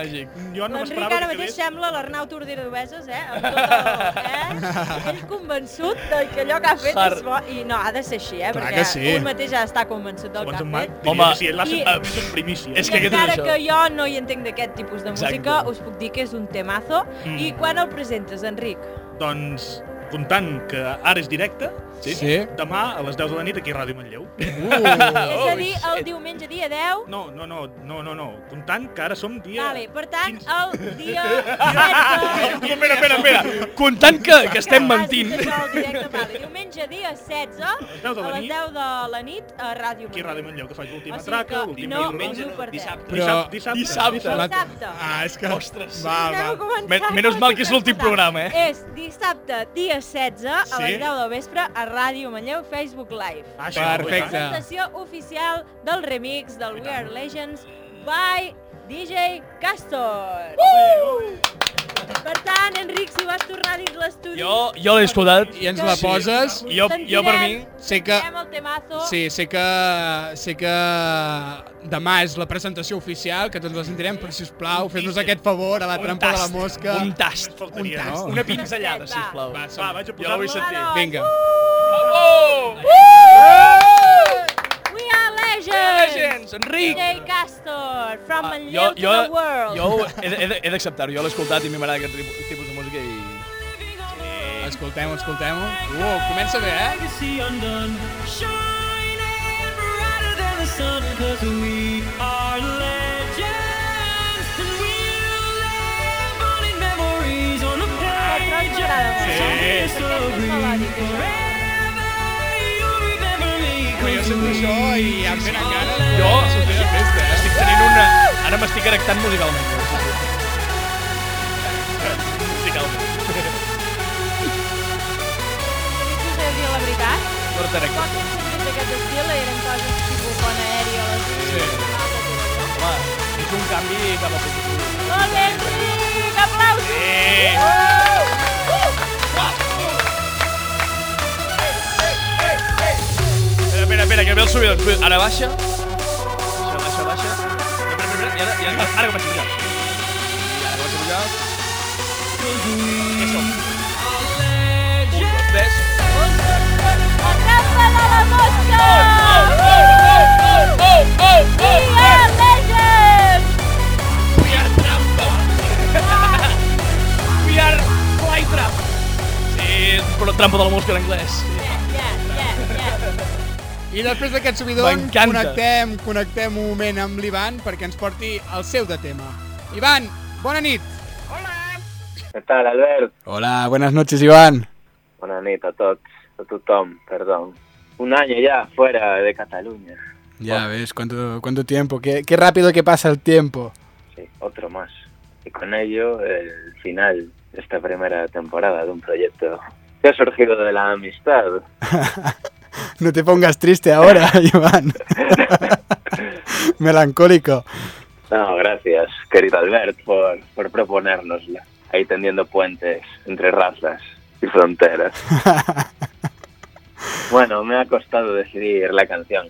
[SPEAKER 7] Jo no
[SPEAKER 3] L'Enric
[SPEAKER 7] m'esperava
[SPEAKER 3] ara
[SPEAKER 7] que
[SPEAKER 3] mateix
[SPEAKER 7] quedés...
[SPEAKER 3] sembla l'Arnau Tordera d'Obeses, eh? Amb tot el, eh? Ell convençut de que allò que ha fet és bo. I no, ha de ser així, eh?
[SPEAKER 7] Clar
[SPEAKER 3] perquè
[SPEAKER 7] que sí.
[SPEAKER 3] un mateix ha d'estar convençut del que ha fet.
[SPEAKER 7] Home, si ell l'ha
[SPEAKER 3] I-
[SPEAKER 7] sentit, és un primícia.
[SPEAKER 3] I encara que jo no hi entenc d'aquest tipus de
[SPEAKER 7] Exacte.
[SPEAKER 3] música, us puc dir que és un temazo.
[SPEAKER 7] Mm.
[SPEAKER 3] I quan el presentes, Enric?
[SPEAKER 7] Doncs, comptant que ara és directe,
[SPEAKER 2] Sí? Sí. Uh.
[SPEAKER 7] Demà a les 10 de la nit aquí a Ràdio Manlleu.
[SPEAKER 3] És a dir,
[SPEAKER 7] Oh,
[SPEAKER 3] el diumenge dia 10.
[SPEAKER 7] No, no, no, no, no, no. Comptant que ara som dia...
[SPEAKER 3] Vale, per tant, el dia...
[SPEAKER 5] Espera, espera, espera. Comptant que, que estem mentint.
[SPEAKER 3] Això, el directe, vale. Diumenge dia 16, a
[SPEAKER 7] de la
[SPEAKER 3] les
[SPEAKER 7] nit.
[SPEAKER 3] 10 de la nit, a Ràdio
[SPEAKER 7] Aquí a Ràdio Manlleu, que faig l'última
[SPEAKER 3] O sigui
[SPEAKER 7] traca,
[SPEAKER 3] que
[SPEAKER 7] l'última
[SPEAKER 3] no
[SPEAKER 7] diumenge,
[SPEAKER 3] us ho perdeu.
[SPEAKER 7] dissabte.
[SPEAKER 5] Però-
[SPEAKER 7] dissabte.
[SPEAKER 5] Dissabte.
[SPEAKER 3] Dissabte.
[SPEAKER 7] Ah, és que... Ostres. Va,
[SPEAKER 3] Podeu
[SPEAKER 7] va.
[SPEAKER 3] començar
[SPEAKER 5] Men- Menys mal que és l'últim programa, eh?
[SPEAKER 3] És dissabte, dia 16, a
[SPEAKER 5] Sí?
[SPEAKER 3] les 10 del vespre, a Ràdio Manlleu, Facebook Live.
[SPEAKER 7] Ah,
[SPEAKER 2] Això, Perfecte.
[SPEAKER 3] Presentació oficial del remix del We Are Legends by DJ Castor. Uh! Per tant, Enric, si vas tornar dins l'estudi...
[SPEAKER 5] Jo, jo l'he escoltat.
[SPEAKER 2] I ens la poses.
[SPEAKER 5] Jo, jo per mi...
[SPEAKER 2] Sé que...
[SPEAKER 3] Fem el temazo.
[SPEAKER 2] Sí, sé que, sé que demà és la presentació oficial, que tots la sentirem, però sisplau, fes-nos aquest favor a la
[SPEAKER 5] Un
[SPEAKER 2] trampa de la
[SPEAKER 5] tast,
[SPEAKER 2] mosca.
[SPEAKER 5] un tast,
[SPEAKER 2] un tast.
[SPEAKER 5] Una pinzellada, sisplau.
[SPEAKER 2] Va,
[SPEAKER 7] va, vaig a
[SPEAKER 5] Jo la vull
[SPEAKER 7] posar-la.
[SPEAKER 5] sentir.
[SPEAKER 2] Vinga.
[SPEAKER 3] We Are Legends!
[SPEAKER 5] We Are Legends, Enric! Ah,
[SPEAKER 3] DJ Castor, from Manlleu
[SPEAKER 5] Jo,
[SPEAKER 3] to
[SPEAKER 5] jo,
[SPEAKER 3] the world.
[SPEAKER 5] jo ho- he, de- he, de- he d'acceptar-ho, jo l'he escoltat i a mi m'agrada aquest tipus- tipus de música i...
[SPEAKER 2] Escoltem-ho, escoltem-ho. Uau, comença bé, eh?
[SPEAKER 8] legacy undone. Shining brighter than the sun, 'cause we are legends. And we'll live on in memories on the page.
[SPEAKER 3] Sí.
[SPEAKER 8] Forever you'll remember me.
[SPEAKER 2] Jo sento això i em ve
[SPEAKER 5] Jo estic tenint una... Ara m'estic erectant musicalment. Musicalment.
[SPEAKER 3] Us heu dit la veritat?
[SPEAKER 5] No t'erec.
[SPEAKER 3] Quan hem sentit d'aquest estil eren coses tipus bon aeri o les
[SPEAKER 5] Home, és un canvi cap a positiu.
[SPEAKER 3] Molt bé, Enric! Aplausos!
[SPEAKER 5] Sí.
[SPEAKER 3] Uh!
[SPEAKER 5] Espera, espera, espera, que ve el subidor. Cuida- Ara baixa. Això baixa, baixa. Espera, espera, espera. I ara, i ara, ara comença a pujar. I ara comença a pujar. Què som? Un, dos, tres.
[SPEAKER 3] Atrapa de la mosca! We are legends!
[SPEAKER 5] We are Trampa! We are Flytrap! Sí, però trampa de la mosca en anglès.
[SPEAKER 2] I després d'aquest subidon,
[SPEAKER 5] M'encanta.
[SPEAKER 2] connectem, connectem un moment amb l'Ivan perquè ens porti el seu de tema. Ivan, bona nit.
[SPEAKER 9] Què tal, Albert?
[SPEAKER 2] Hola, buenas noches, Ivan.
[SPEAKER 9] Bona nit a tots, a tothom, perdón. Un año ya fuera de Cataluña.
[SPEAKER 2] Ya ves, cuánto, cuánto tiempo, qué, qué rápido que pasa el tiempo.
[SPEAKER 9] Sí, otro más. Y con ello, el final de esta primera temporada de un proyecto que ha surgido de la amistad.
[SPEAKER 11] No te pongas triste ahora, Iván. Melancólico.
[SPEAKER 9] No, gracias, querido Albert, por, por proponérnosla. Ahí tendiendo puentes entre razas y fronteras. Bueno, me ha costado decidir la canción,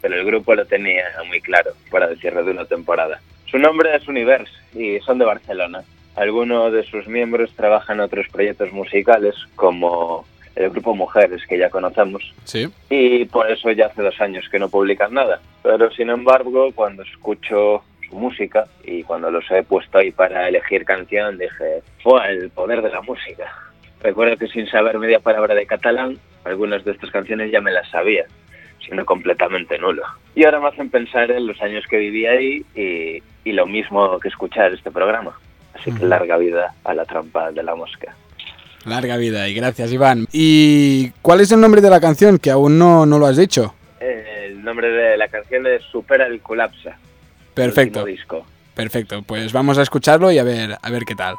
[SPEAKER 9] pero el grupo lo tenía muy claro para el cierre de una temporada. Su nombre es Universe y son de Barcelona. Algunos de sus miembros trabajan en otros proyectos musicales como el grupo Mujeres, que ya conocemos,
[SPEAKER 2] Sí.
[SPEAKER 9] y por eso ya hace dos años que no publican nada. Pero sin embargo, cuando escucho su música y cuando los he puesto ahí para elegir canción, dije, fue el poder de la música. Recuerdo que sin saber media palabra de catalán, algunas de estas canciones ya me las sabía, siendo completamente nulo. Y ahora me hacen pensar en los años que viví ahí y, y lo mismo que escuchar este programa. Así que larga vida a la trampa de la mosca.
[SPEAKER 11] Larga vida y gracias, Iván. ¿Y cuál es el nombre de la canción que aún no, no lo has dicho?
[SPEAKER 9] El nombre de la canción es Supera el Colapsa.
[SPEAKER 11] Perfecto.
[SPEAKER 9] disco.
[SPEAKER 11] Perfecto, pues vamos a escucharlo y a ver, a ver qué tal.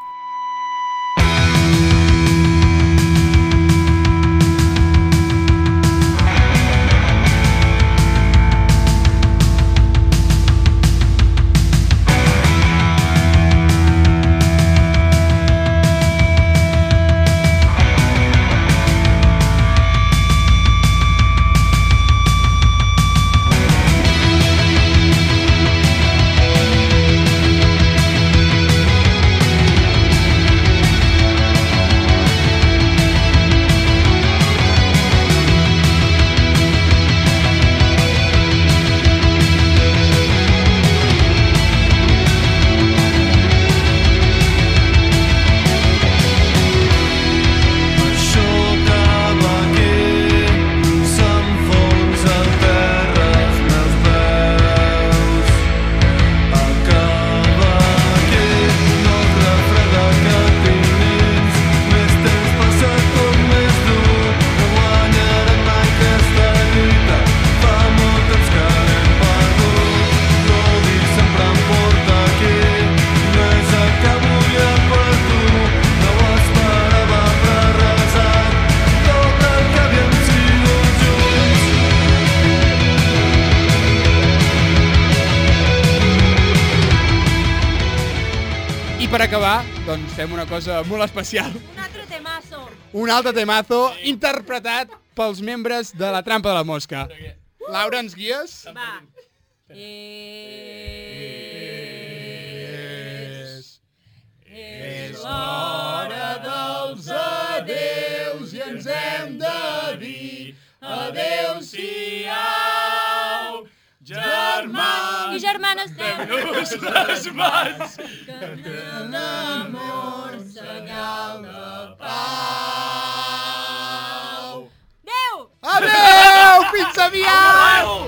[SPEAKER 2] per acabar, doncs fem una cosa molt especial.
[SPEAKER 3] Un altre temazo.
[SPEAKER 2] Un altre temazo interpretat pels membres de la trampa de la mosca. Laura, ens guies?
[SPEAKER 3] Va. Eh, És...
[SPEAKER 8] És l'hora dels adeus i ens hem de dir adeu-siau, germans.
[SPEAKER 3] I germanes eh?
[SPEAKER 8] Fem-nos les mans.
[SPEAKER 2] Adeu! Fins aviat!